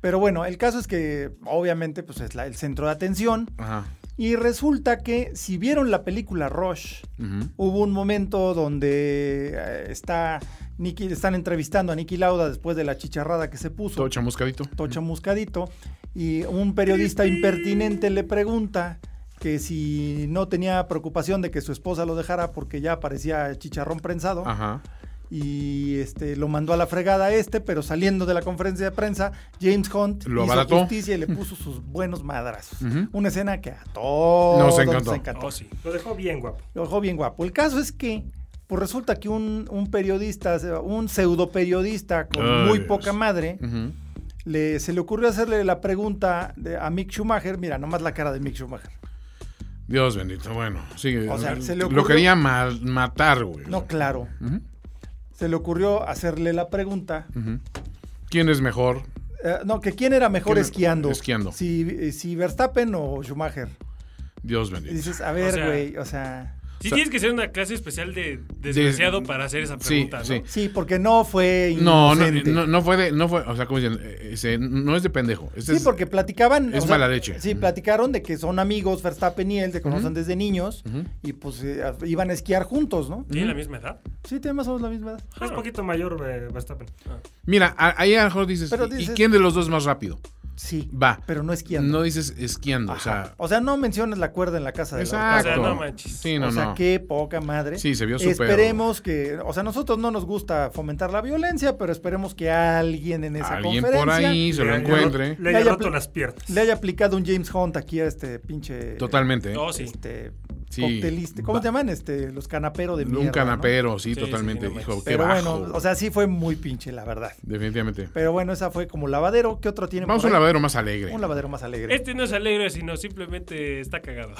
Pero bueno, el caso es que, obviamente, pues es la- el centro de atención. Ajá. Y resulta que, si vieron la película Rush, Ujú. Hubo un momento donde eh, está Nicky, están entrevistando a Nicky Lauda después de la chicharrada que se puso, Todo chamuscadito. tocha muscadito, y un periodista impertinente le pregunta que si no tenía preocupación de que su esposa lo dejara porque ya parecía chicharrón prensado Ajá. y este lo mandó a la fregada a este, pero saliendo de la conferencia de prensa, James Hunt Lo hizo abarató. justicia y le puso sus buenos madrazos. Ujú. Una escena que a todos encantó. Oh, sí. Lo dejó bien guapo. lo dejó bien guapo. El caso es que, Pues resulta que un, un periodista, un pseudo periodista con Ay, muy Dios. poca madre, le, se le ocurrió hacerle la pregunta de- a Mick Schumacher. Mira, nomás la cara de Mick Schumacher. Dios bendito, bueno, sigue. O sea, se le lo ocurrió- quería ma- matar, güey. No, claro. Se le ocurrió hacerle la pregunta. ¿Quién es mejor? eh, no, que quién era mejor ¿Quién- esquiando. esquiando? Si, eh, si Verstappen o Schumacher. Dios Y bendito. dices, a O sea- ver, güey, o sea. O Sí, sea- tienes que ser una clase especial de desgraciado para hacer esa sí, pregunta, sí. ¿no? Sí, porque no fue No, no, inocente. no, no fue de, no fue, o sea, como dicen, Eh, ese, no es de pendejo. Este Sí, es- porque platicaban. es mala leche. Sí, platicaron de que son amigos Verstappen y él, se conocen desde niños y pues eh, a- iban a esquiar juntos, ¿no? ¿Tiene la misma edad? Ah. Sí, tienen más o menos la misma edad. Es poquito mayor eh, Verstappen. Mira, a- ahí a lo mejor dices, Pero ¿y- ¿y dices- quién de los dos es más rápido? Sí. Va. Pero no esquiando. No dices esquiando, Ajá. o O sea, no menciones la cuerda en la casa sea. de Exacto. O sea, la no manches. Sí, no, o sea, no. qué poca madre. Sí, se vio súper- Esperemos que, o sea, nosotros no nos gusta fomentar la violencia, pero esperemos que alguien en esa Alguien por conferencia ahí se lo Le- encuentre. Le Le haya haya roto pl- las piernas. le haya aplicado un James Hunt aquí a este pinche Totalmente. ¿eh? No, Oh, sí. este Sí. coctelista. ¿Cómo Va- se llaman? Este, los canaperos de mierda. Un ¿no? canapero, sí, Sí, totalmente. sí, sí, no Hijo, manches. qué Pero bajo. bueno, o sea, sí fue muy pinche, la verdad. definitivamente. Pero bueno, esa fue como lavadero. ¿Qué otro tiene? Vamos a un lavadero más alegre. Un lavadero más alegre. Este no es alegre, sino simplemente está cagado.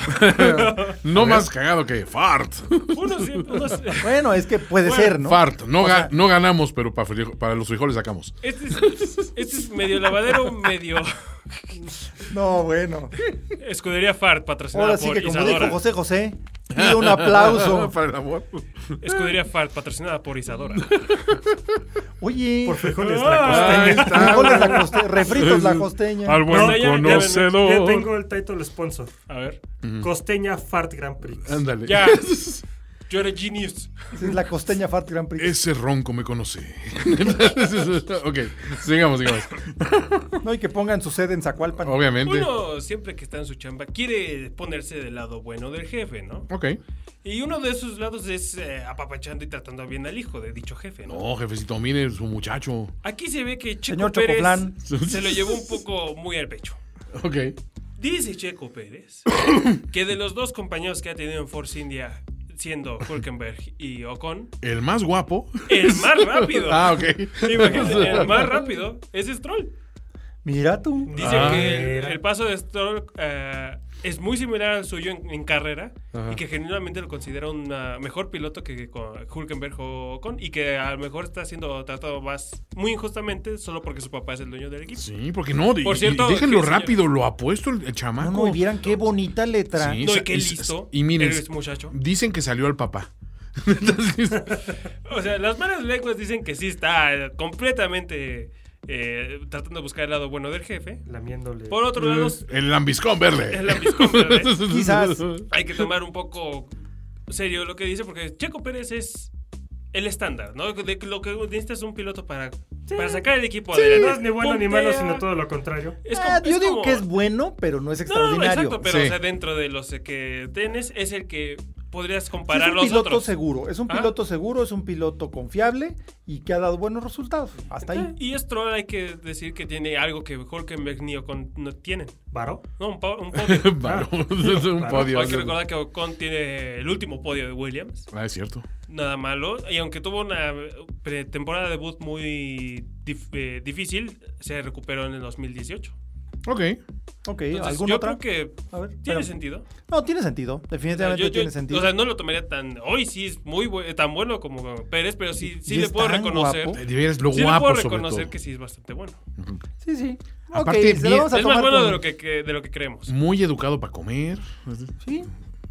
No más cagado que fart. uno siempre- uno se- Bueno, es que puede Bueno, ser, ¿no? Fart. No, O ga- sea- no ganamos, pero para, para los frijoles sacamos. este, es, este es medio lavadero, medio No, bueno. escudería fart patrocinada Ahora sí por que como Isadora. dijo José José, pido un aplauso. Para el amor. Escudería fart patrocinada por Isadora. Oye, Por frijoles Ah. la Ahí costeña. está. frijoles la costeña, refritos la costeña. Al buen No, ya- ya ven, conocedor. Ya tengo el title sponsor. A ver. Costeña Fart Grand Prix. Ándale. Ya. Yo era genius. Sí, es la costeña Fart Grand Prix. Ese ronco me conoce. ok, sigamos, sigamos. No, y que pongan su sede en Zacualpan. Obviamente. Uno siempre que está en su chamba quiere ponerse del lado bueno del jefe, ¿no? Ok. Y uno de esos lados es eh, apapachando y tratando bien al hijo de dicho jefe, ¿no? No, Oh, jefecito, mire su muchacho. Aquí se ve que Checo Señor Pérez Chocoflan. se lo llevó un poco muy al pecho. Ok. Dice Checo Pérez que de los dos compañeros que ha tenido en Force India, siendo Hulkenberg y Ocon, El más guapo. el más rápido. Ah, ok. Imagínate, el más rápido es Stroll. Mira tú. Dice Ah, que el, mira. el paso de Stroll eh, es muy similar al suyo en, en carrera y que genuinamente lo considera un ah, mejor piloto que con Hulkenberg o Ocon y que a lo mejor está siendo tratado más muy injustamente solo porque su papá es el dueño del equipo. Sí, porque no. Por Por cierto, cierto, déjenlo sí, señor. rápido, lo apuesto el, el No, chamaco. no, y vieran qué bonita letra. Sí, No, y sa- qué sa- listo Y miren, eres, muchacho. dicen que salió al papá. Entonces, O sea, las malas lenguas dicen que sí está eh, completamente eh, tratando de buscar el lado bueno del jefe. Lamiéndole. Por otro lado, el lambiscón verde. El lambiscón verde. Quizás. hay que tomar un poco serio lo que dice, porque Checo Pérez es el estándar, ¿no? De lo que necesitas un piloto para, para sacar el equipo adelante. No es ni bueno ni malo, Puntea. sino todo lo contrario. Es Ah, como- yo es digo como- que es bueno, pero no es No, no, no, extraordinario. exacto, pero Sí. o sea, dentro de los eh, que tienes, es el que podrías Sí, es comparar un los piloto otros. seguro, es un Ah. piloto seguro, es un piloto confiable y que ha dado buenos resultados. Hasta ahí. Eh, Y Stroll hay que decir que tiene algo que Hulkenberg ni Ocon no tienen. ¿Varo? No, un, po- un podio. Varón, es un Varón. podio. Hay que recordar que Ocon tiene el último podio de Williams. Ah, es cierto. Nada malo. Y aunque tuvo una pre- temporada de debut muy dif- eh, difícil, se recuperó en el 2018. Ok. Ok, Entonces, ¿alguna yo otra? creo que A ver, tiene espérame. sentido. No, tiene sentido. Definitivamente Yo- yo- tiene sentido. O sea, no lo tomaría tan. Hoy sí es muy bu- tan bueno como Pérez, pero sí, sí Y le es puedo tan reconocer. guapo. De veras, lo sí le guapo puedo sobre todo. reconocer que sí es bastante bueno. sí, sí. Aparte, Ok, se bien- lo vamos a Es más tomar bueno con- de, lo que, que- de lo que creemos. Muy educado para comer. Sí,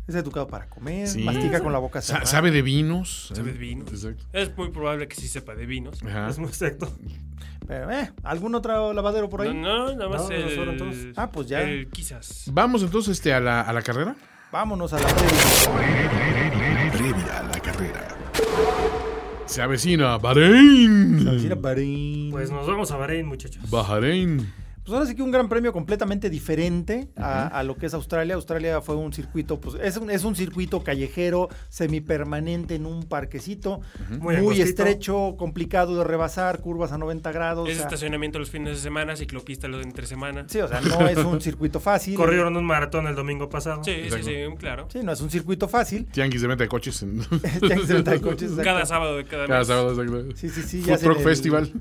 es educado para comer, Sí. mastica con la boca Sa- cerrada. sabe de vinos. Sabe de vinos. Exacto. Es muy probable que sí sepa de vinos. Ajá. Es muy exacto. Pero, eh, ¿Algún otro lavadero por ahí? No, no, nada más No, nos fueron todos. el, Ah, pues ya. el quizás. Vamos entonces este, a, la, a la carrera. Vámonos a la previa. Previa a la carrera. Se avecina Bahrein. Mira, Barín. Pues nos vamos a Bahrein, muchachos. Bahrein. Pues ahora sí que un gran premio completamente diferente a, a lo que es Australia. Australia fue un circuito, pues es un, es un circuito callejero, semipermanente en un parquecito, Muy muy, angostito. estrecho, complicado de rebasar, curvas a 90 grados. Es o sea, estacionamiento los fines de semana, ciclopista los entre semana. sí, o sea, no es un circuito fácil. Corrieron un maratón el domingo pasado. Sí, sí, Exacto. sí, claro. Sí, no es un circuito fácil. Tianguis de venta de coches. en- Tianguis de venta de coches, exacto. Cada sábado de cada mes. Cada sábado, exacto. Sí, sí, sí. Food hacen Truck el- Festival.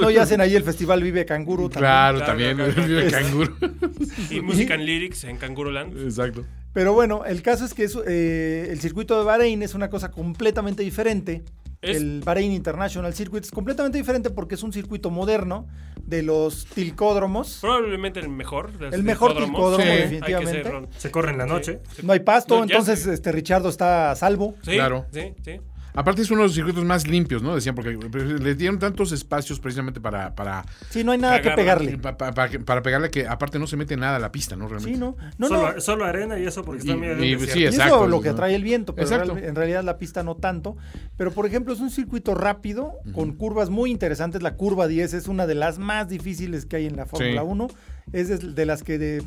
No, ya hacen ahí el Festival Vive Canguro. también. Claro, Claro, también. claro, claro. el canguro. Y música en lyrics en Canguroland. Exacto. Pero bueno, el caso es que eso, eh, el circuito de Bahrein es una cosa completamente diferente. Es- El Bahrein International Circuit es completamente diferente porque es un circuito moderno de los tilcódromos. Probablemente el mejor. de los El mejor hipódromos. hipódromo, Hay que definitivamente. ser ron- Se corre en la noche. Sí, No hay pasto, No, ya- entonces este Richardo está a salvo. Sí, Claro. Sí, sí. Aparte es uno de los circuitos más limpios, ¿no? Decían, porque le dieron tantos espacios precisamente para, para, Sí, no hay nada que Cagarla. pegarle. pa- pa- para, que- para pegarle que aparte no se mete nada a la pista, ¿no? Realmente. Sí, no. No, no. solo, solo arena y eso porque está Y- en medio de un y- desierto. sí, Y es- eso Exacto, lo que ¿no? trae el viento, pero Exacto. real- en realidad la pista no tanto. Pero por ejemplo, es un circuito rápido, con curvas muy interesantes. La curva 10 es una de las más difíciles que hay en la Fórmula 1. Es de- de las que de-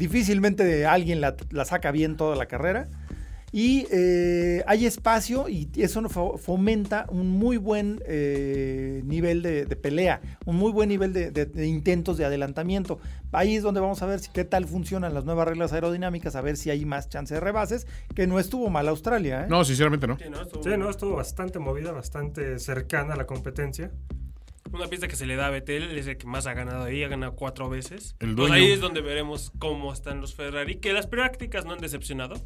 difícilmente alguien la, la saca bien toda la carrera. Y eh, hay espacio y eso nos fo- fomenta un muy buen eh, nivel de, de pelea, un muy buen nivel de, de- de intentos de adelantamiento. Ahí es donde vamos a ver si, qué tal funcionan las nuevas reglas aerodinámicas, a ver si hay más chance de rebases, que no estuvo mal Australia. ¿eh? No, sinceramente no. Sí, ¿no? Estuvo- Sí, no, estuvo bastante movida, bastante cercana a la competencia. Una pista que se le da a Betel es el que más ha ganado ahí, ha ganado cuatro veces. El Pues dueño. ahí es donde veremos cómo están los Ferrari, que las prácticas no han decepcionado.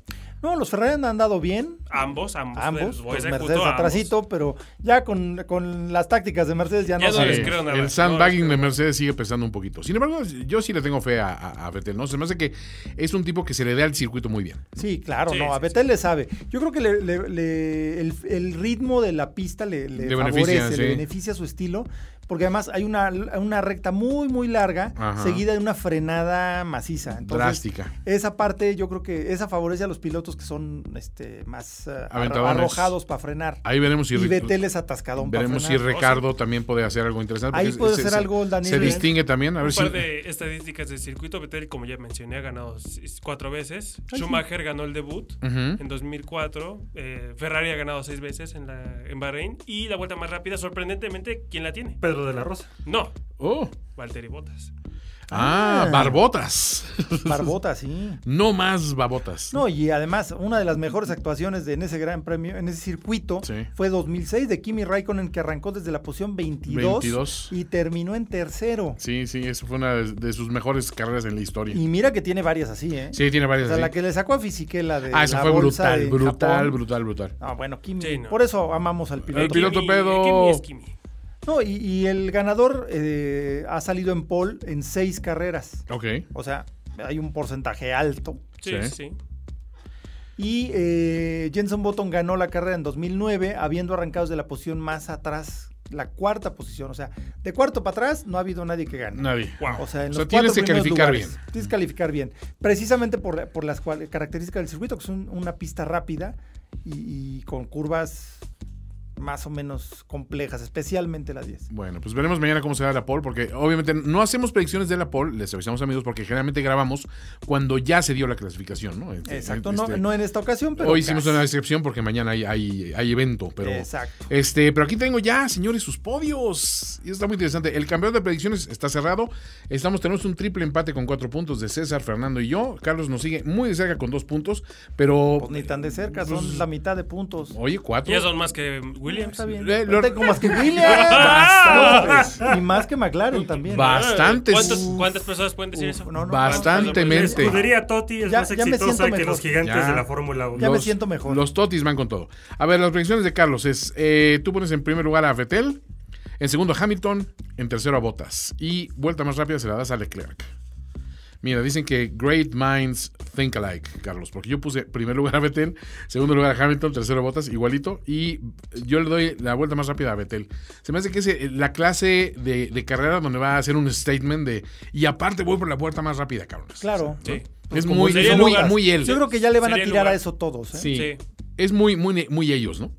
No, los Ferrari han andado bien. Ambos, ambos. Ambos, voy a los ser Mercedes justo, ambos. atrasito, pero ya con, con las tácticas de Mercedes ya no Ya no se- les creo nada. El sandbagging No, de les creo. Mercedes sigue pesando un poquito. Sin embargo, yo sí le tengo fe a, a, a Vettel, ¿no? Se me hace que es un tipo que se le da el circuito muy bien. Sí, claro, Sí, no, a sí, Betel le sabe. Yo creo que le- le- le- el, el ritmo de la pista le, le Le favorece, beneficia, sí. le beneficia su estilo, porque además hay una, una recta muy, muy larga, Ajá. seguida de una frenada maciza. Entonces, Drástica. Esa parte, yo creo que esa favorece a los pilotos que son este, más eh, arro- Aventadones. arrojados para frenar. Ahí veremos si y Ric- Betel es atascadón para veremos si frenar. Ricardo también puede hacer algo interesante. Ahí porque puede se- hacer se- algo el Daniel Se Rick. distingue también. A ver Un si. par de estadísticas del circuito. Vettel, como ya mencioné, ha ganado s- cuatro veces. Schumacher ganó el debut Ujú. en 2004. Eh, Ferrari ha ganado seis veces en, la, en Bahrein. Y la vuelta más rápida, sorprendentemente, ¿quién la tiene? Pedro de la Rosa. No, Oh. Valtteri Bottas. Ah, Ah. barbotas. Barbota, sí. no más babotas. No, y además, una de las mejores actuaciones de, en ese gran premio, en ese circuito, Sí. fue 2006 de Kimi Raikkonen, que arrancó desde la posición 22, 22. y terminó en tercero. Sí, sí, eso fue una de, de sus mejores carreras en la historia. Y mira que tiene varias así, ¿eh? Sí, tiene O varias. sea, la así. que le sacó a Fisichella de. Ah, esa la fue bolsa brutal, de brutal, Japón. brutal, brutal. Ah, bueno, Kimi. Sí, no. Por eso amamos al El piloto. piloto Kimi- eh, pedo. Kimi es Kimi. No, y, y el ganador eh, ha salido en pole en seis carreras. Ok. O sea, hay un porcentaje alto. Sí, Sí. sí. sí. Y eh, Jenson Button ganó la carrera en 2009, habiendo arrancado desde la posición más atrás, la cuarta posición. O sea, de cuarto para atrás no ha habido nadie que gane. Nadie. Wow. O sea, en O sea, los cuatro tienes que primeros calificar lugares. bien. Tienes que calificar bien. Precisamente por, la- por las cual- características del circuito, que es un- una pista rápida y, y con curvas más o menos complejas, especialmente la 10. Bueno, pues veremos mañana cómo será la poll, porque obviamente no hacemos predicciones de la poll, les avisamos amigos, porque generalmente grabamos cuando ya se dio la clasificación, ¿no? Este, Exacto, no, este, no en esta ocasión, pero... hoy hicimos casi. una excepción porque mañana hay, hay, hay evento, pero... Exacto. Este, pero aquí tengo ya, señores, sus podios. Y está muy interesante. El campeón de predicciones está cerrado. Estamos, tenemos un triple empate con cuatro puntos de César, Fernando y yo. Carlos nos sigue muy de cerca con dos puntos, pero... Pues ni tan de cerca, son Pues- la mitad de puntos. Oye, cuatro. Ya son más que Williams. Está bien. Eh, lo- Tengo más que Williams. Bastantes. y más que McLaren también. Va. Bastantes. ¿Cuántos- Uf. ¿Cuántas personas pueden decir Uf, eso? no, no, Mente. La Bastantemente. escudería Totti es Ya- más ya me siento exitosa que mejor. los gigantes Ya. de la Fórmula 1. Ya me siento mejor. Los totis van con todo. A ver, las predicciones de Carlos es, eh, tú pones en primer lugar a Vettel, en segundo a Hamilton, en tercero a Bottas. Y vuelta más rápida se la das a Leclerc. Mira, dicen que great minds think alike, Carlos, porque yo puse primer lugar a Vettel, segundo lugar a Hamilton, tercero a Bottas, igualito, y yo le doy la vuelta más rápida a Vettel. Se me hace que es eh, la clase de, de carrera donde va a hacer un statement de, y aparte voy por la puerta más rápida, Carlos. Claro. Sí. Es como muy, sería muy, lugar. muy él. Yo creo que ya le van a Sería el tirar a lugar. eso todos. ¿eh? Sí. Sí. Es muy, muy, muy ellos, ¿no?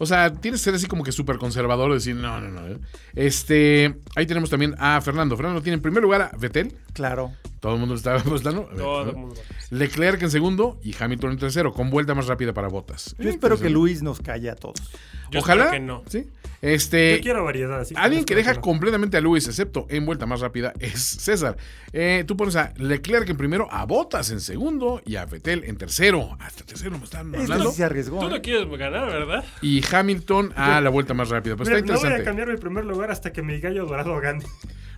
O sea, tienes que ser así como que súper conservador, decir, no, no, no. Este, ahí tenemos también a Fernando. Fernando tiene en primer lugar a Vettel. Claro. Todo el mundo lo está apostando. A ver, Todo a ver. el mundo. Leclerc en segundo y Hamilton en tercero, con vuelta más rápida para botas. Yo espero que Luis nos calle a todos. Yo Ojalá. espero que no. ¿sí? Este, Yo quiero variedad. así Alguien que espero deja no. completamente a Luis, excepto en vuelta más rápida, es César. Eh, tú pones a Leclerc en primero, a Botas en segundo y a Vettel en tercero. Hasta tercero me están Este hablando. sí se arriesgó. Tú no ¿eh? quieres ganar, ¿verdad? Y Hamilton a la vuelta más rápida. Pues Mira, está no voy a interesante. cambiar mi primer lugar hasta que mi gallo dorado gane.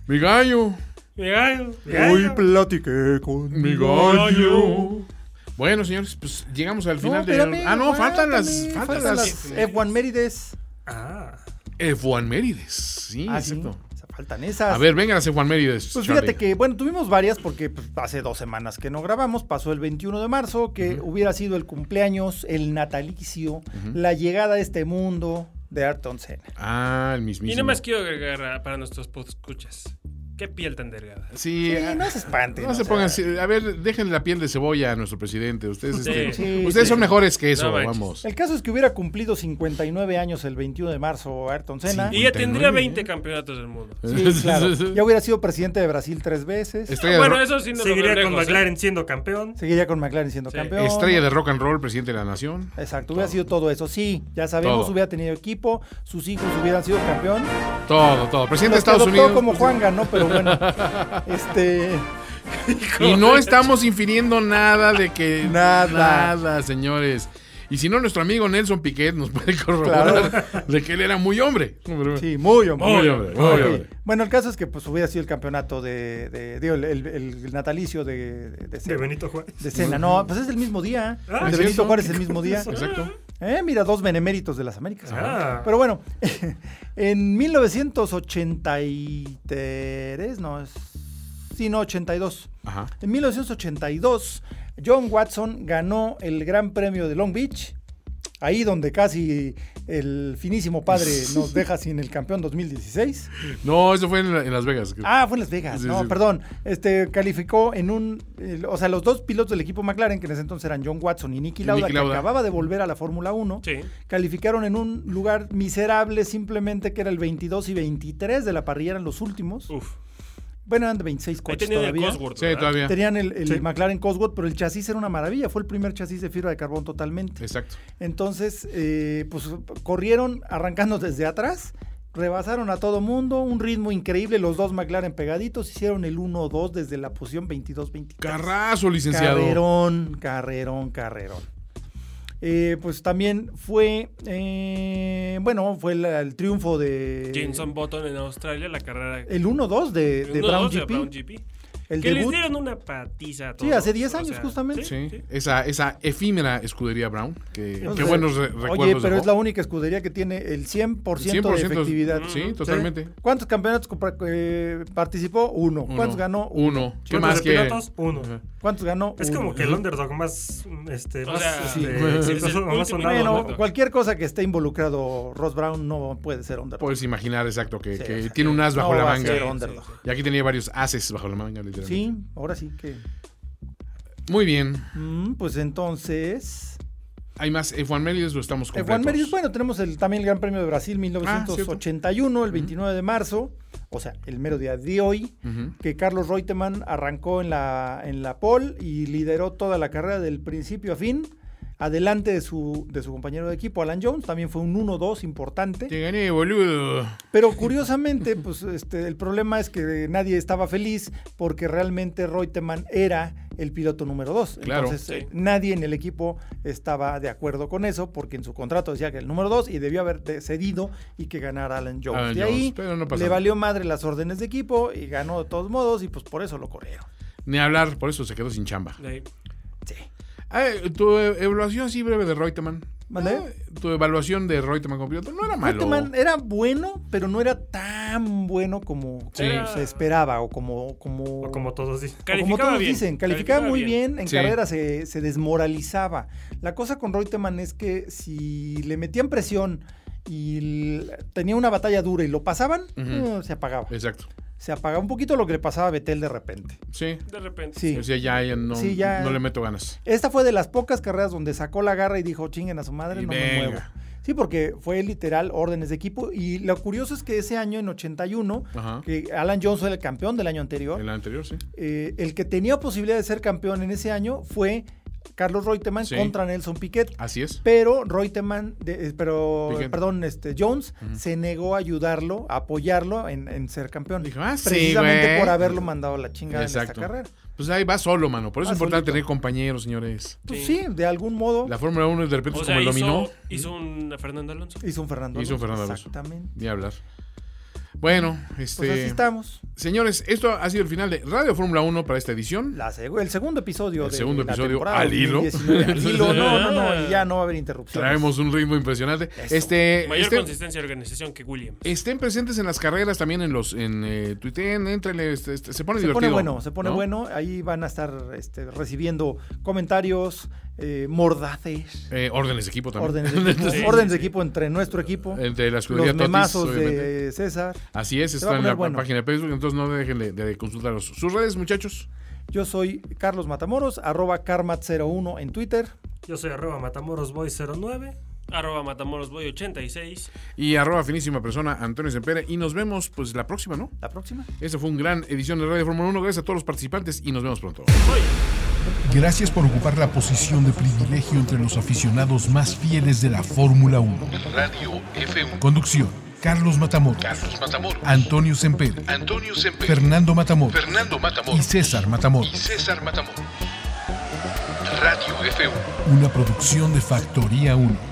mi gallo, Mi gallo. Hoy Gallo. platiqué con mi gallo. Bueno, señores, pues llegamos al final de. espérame, Ah, no, faltan aguántame, las. Faltan las. F1 Mérides. Ah, F1 Mérides. Sí, Ah, sí. exacto. O sea, faltan esas. A ver, vengan las F1 Mérides. Pues Charlie. fíjate que, bueno, tuvimos varias porque pues, hace dos semanas que no grabamos. Pasó el 21 de marzo, que hubiera sido el cumpleaños, el natalicio, la llegada a este mundo de Ayrton Senna. Ah, el mismísimo. Y nada más quiero agregar a- para nuestros podescuchas. Qué piel tan delgada. Sí, Sí, ah, no se espanten. No se o sea, pongan así. A ver, dejen la piel de cebolla a nuestro presidente. Ustedes, Sí. este, Sí, ustedes sí. son mejores que eso, No manches. vamos. El caso es que hubiera cumplido 59 años el 21 de marzo Ayrton Senna. Y ya 39, tendría 20 ¿eh? campeonatos del mundo. Sí, claro. Ya hubiera sido presidente de Brasil tres veces. Estrella, bueno, de eso sí nos lo seguiría veo con lejos, ¿eh? McLaren siendo campeón. Seguiría con McLaren siendo Sí. ro- campeón. estrella de rock and roll, presidente de la nación. Exacto, hubiera sido todo eso. Sí, ya sabemos, Todo. hubiera tenido equipo, sus hijos hubieran sido campeón. Todo, todo. Presidente de Los que Estados adoptó Unidos. pues, como Juanga, ¿no? Pero bueno, este... Y no estamos infiriendo nada de que. Nada. Nada, señores. Y si no, nuestro amigo Nelson Piquet nos puede corroborar de que él era muy hombre. Sí, muy hombre. Muy hombre, muy Ok. hombre. Bueno, el caso es que pues hubiera sido el campeonato de... de- digo, el, el- el natalicio de... De, de De Senna. Benito Juárez. De Senna. no, pues es el mismo día. Ah, el es de Benito cierto. Juárez el mismo día. Exacto. Eh, mira, dos beneméritos de las Américas. Ah. Pero bueno, en 1983, no, es, sí, no, 82. Ajá. En 1982, John Watson ganó el Gran Premio de Long Beach, ahí donde casi el finísimo padre nos deja sin el campeón 2016. No, eso fue en, la- en Las Vegas. Ah, fue en Las Vegas, Sí, no, sí. perdón. Este calificó en un. el- o sea, los dos pilotos del equipo McLaren, que en ese entonces eran John Watson y Nicky Y Lauda, Niki Lauda. que acababa de volver a la Fórmula 1, Sí. calificaron en un lugar miserable, simplemente que era el 22 y 23 de la parrilla, eran los últimos. Uf. Bueno, eran de 26 Ahí coches tenían el todavía. Cosworth. sí, ¿verdad? todavía. Tenían el, el Sí. McLaren Cosworth, pero el chasis era una maravilla. Fue el primer chasis de fibra de carbón totalmente. Exacto. Entonces, eh, pues corrieron arrancando desde atrás, rebasaron a todo mundo, un ritmo increíble, los dos McLaren pegaditos, hicieron el 1-2 desde la posición 22-23. Carrazo, licenciado. Carrerón, carrerón, carrerón. Eh, pues también fue, eh, bueno, fue la- el triunfo de... Jenson Button en Australia, la carrera El 1-2 de, Eh, de uno, Brown dos de GP. Brown GP. El que les debut. dieron una patiza a Sí, todos. hace 10 años, justamente. Sí, Esa, esa efímera escudería Brown. Que, qué Entonces, buenos re- recuerdos. Oye, pero dejó. es la única escudería que tiene el 100%, de 100%, efectividad. Sí, totalmente. ¿Cuántos campeonatos compra- eh, participó? Uno. Uno. ¿Cuántos ganó? Uno. ¿Qué ¿Cuántos más de que pilotos? Uno. ¿Cuántos ganó? Es Uno. como que el underdog más. Este, O más, sea, este, sí. exitoso, Es el más último. sonado, Bueno, ¿no? Pero cualquier cosa que esté involucrado Ross Brown no puede ser underdog. Puedes imaginar, exacto, Pues, que, Sí, que exacto. tiene un as bajo No la va a ser manga. underdog. Y aquí tenía varios ases bajo la manga, literalmente. Sí, ahora sí que. Muy bien. Mm, pues entonces. ¿Hay más F1 Mérides o estamos Eh, completos? Ah, Juan Mérides, bueno, tenemos el, también el Gran Premio de Brasil 1981, el 29 de marzo, o sea, el mero día de hoy, Ujú. que Carlos Reutemann arrancó en la, en la pole y lideró toda la carrera del principio a fin, adelante de su, de su compañero de equipo, Alan Jones, también fue un 1-2 importante. Te gané, boludo. Pero curiosamente, pues este, el problema es que nadie estaba feliz porque realmente Reutemann era el piloto número dos. Claro. Entonces, Sí. eh, nadie en el equipo estaba de acuerdo con eso porque en su contrato decía que el número dos y debió haber de- cedido y que ganara Alan Jones. Alan de Jones, ahí pero no pasó. le valió madre las órdenes de equipo y ganó de todos modos y pues por eso lo corrieron. Ni hablar, por eso se quedó sin chamba. Sí. Sí. Ah, eh, tu eh, evaluación así breve de Reutemann. ¿Vale? Eh, Tu evaluación de Reutemann como piloto no era malo. Reutemann eh. era bueno, pero no era tan bueno como, Sí. como se esperaba o como... como... O como todos dicen. O Calificaba como todos bien, dicen, calificaba, calificaba muy bien. bien, en Sí. carrera se, se desmoralizaba. La cosa con Reutemann es que si le metían presión y l- tenía una batalla dura y lo pasaban, Ujú. eh, se apagaba. Exacto. Se apagaba un poquito lo que le pasaba a Betel de repente. Pues Sí. De repente. Sí. O sea, ya, ya no, Sí, ya. no le meto ganas. Esta fue de las pocas carreras donde sacó la garra y dijo, chinguen a su madre, Y no venga. me muevo. Sí, porque fue literal órdenes de equipo. Y lo curioso es que ese año, en 81, Ajá. que Alan Johnson era el campeón del año anterior, El anterior, sí. eh, el que tenía posibilidad de ser campeón en ese año fue Carlos Reutemann Sí. contra Nelson Piquet. Así es. Pero Reutemann, de- eh, pero, Piquet. perdón, este, Jones se negó a ayudarlo, a apoyarlo en, en ser campeón. Dijo, "Ah, sí, precisamente güey". por haberlo mandado a la chingada en Exacto. esta carrera. Pues ahí va solo, mano. Por eso Va es importante solito. tener compañeros, señores. Pues sí, Sí. de algún modo La Fórmula 1 de repente O es sea, pues como el dominó. hizo, hizo un Fernando Alonso. hizo un Fernando Hizo un Fernando Alonso. Exactamente. Ni hablar. Bueno, este. Pues así estamos. Señores, esto ha sido el final de Radio Fórmula 1 para esta edición. La seg- el segundo episodio El de segundo la episodio temporada al hilo. 2019. Al hilo, no, no, no, y ya no va a haber interrupciones. Traemos un ritmo impresionante. Este, Mayor este- consistencia de organización que Williams. estén presentes en las carreras también en los en eh, tuiteen, éntrenle, este, este, se pone se divertido. pone bueno, se pone ¿no? bueno. Ahí van a estar este, recibiendo comentarios eh, mordaces, Eh, órdenes de equipo también. órdenes de, equipo, Sí. órdenes de equipo entre nuestro equipo, Entre la escudería los Totis, memazos obviamente. de César. Así es, Se va está a en poner la bueno. página de Facebook, entonces no dejen de, de consultarlos. Sus redes, muchachos. Yo soy Carlos Matamoros, arroba carmat01 en Twitter. Yo soy arroba matamorosboy09. Arroba matamorosboy86. Y arroba finísima persona, Antonio Sempere. Y nos vemos pues la próxima, ¿no? La próxima. Esta fue una gran edición de Radio Fórmula 1. Gracias a todos los participantes y nos vemos pronto. Gracias por ocupar la posición de privilegio entre los aficionados más fieles de la Fórmula 1. Radio F1. Conducción: Carlos Matamoros, Carlos Matamoros. Antonio Semper, Antonio Semper. Fernando Matamoros Fernando y Matamoros. César Y Matamoros. César Matamoros. Radio F1. Una producción de Factoría 1.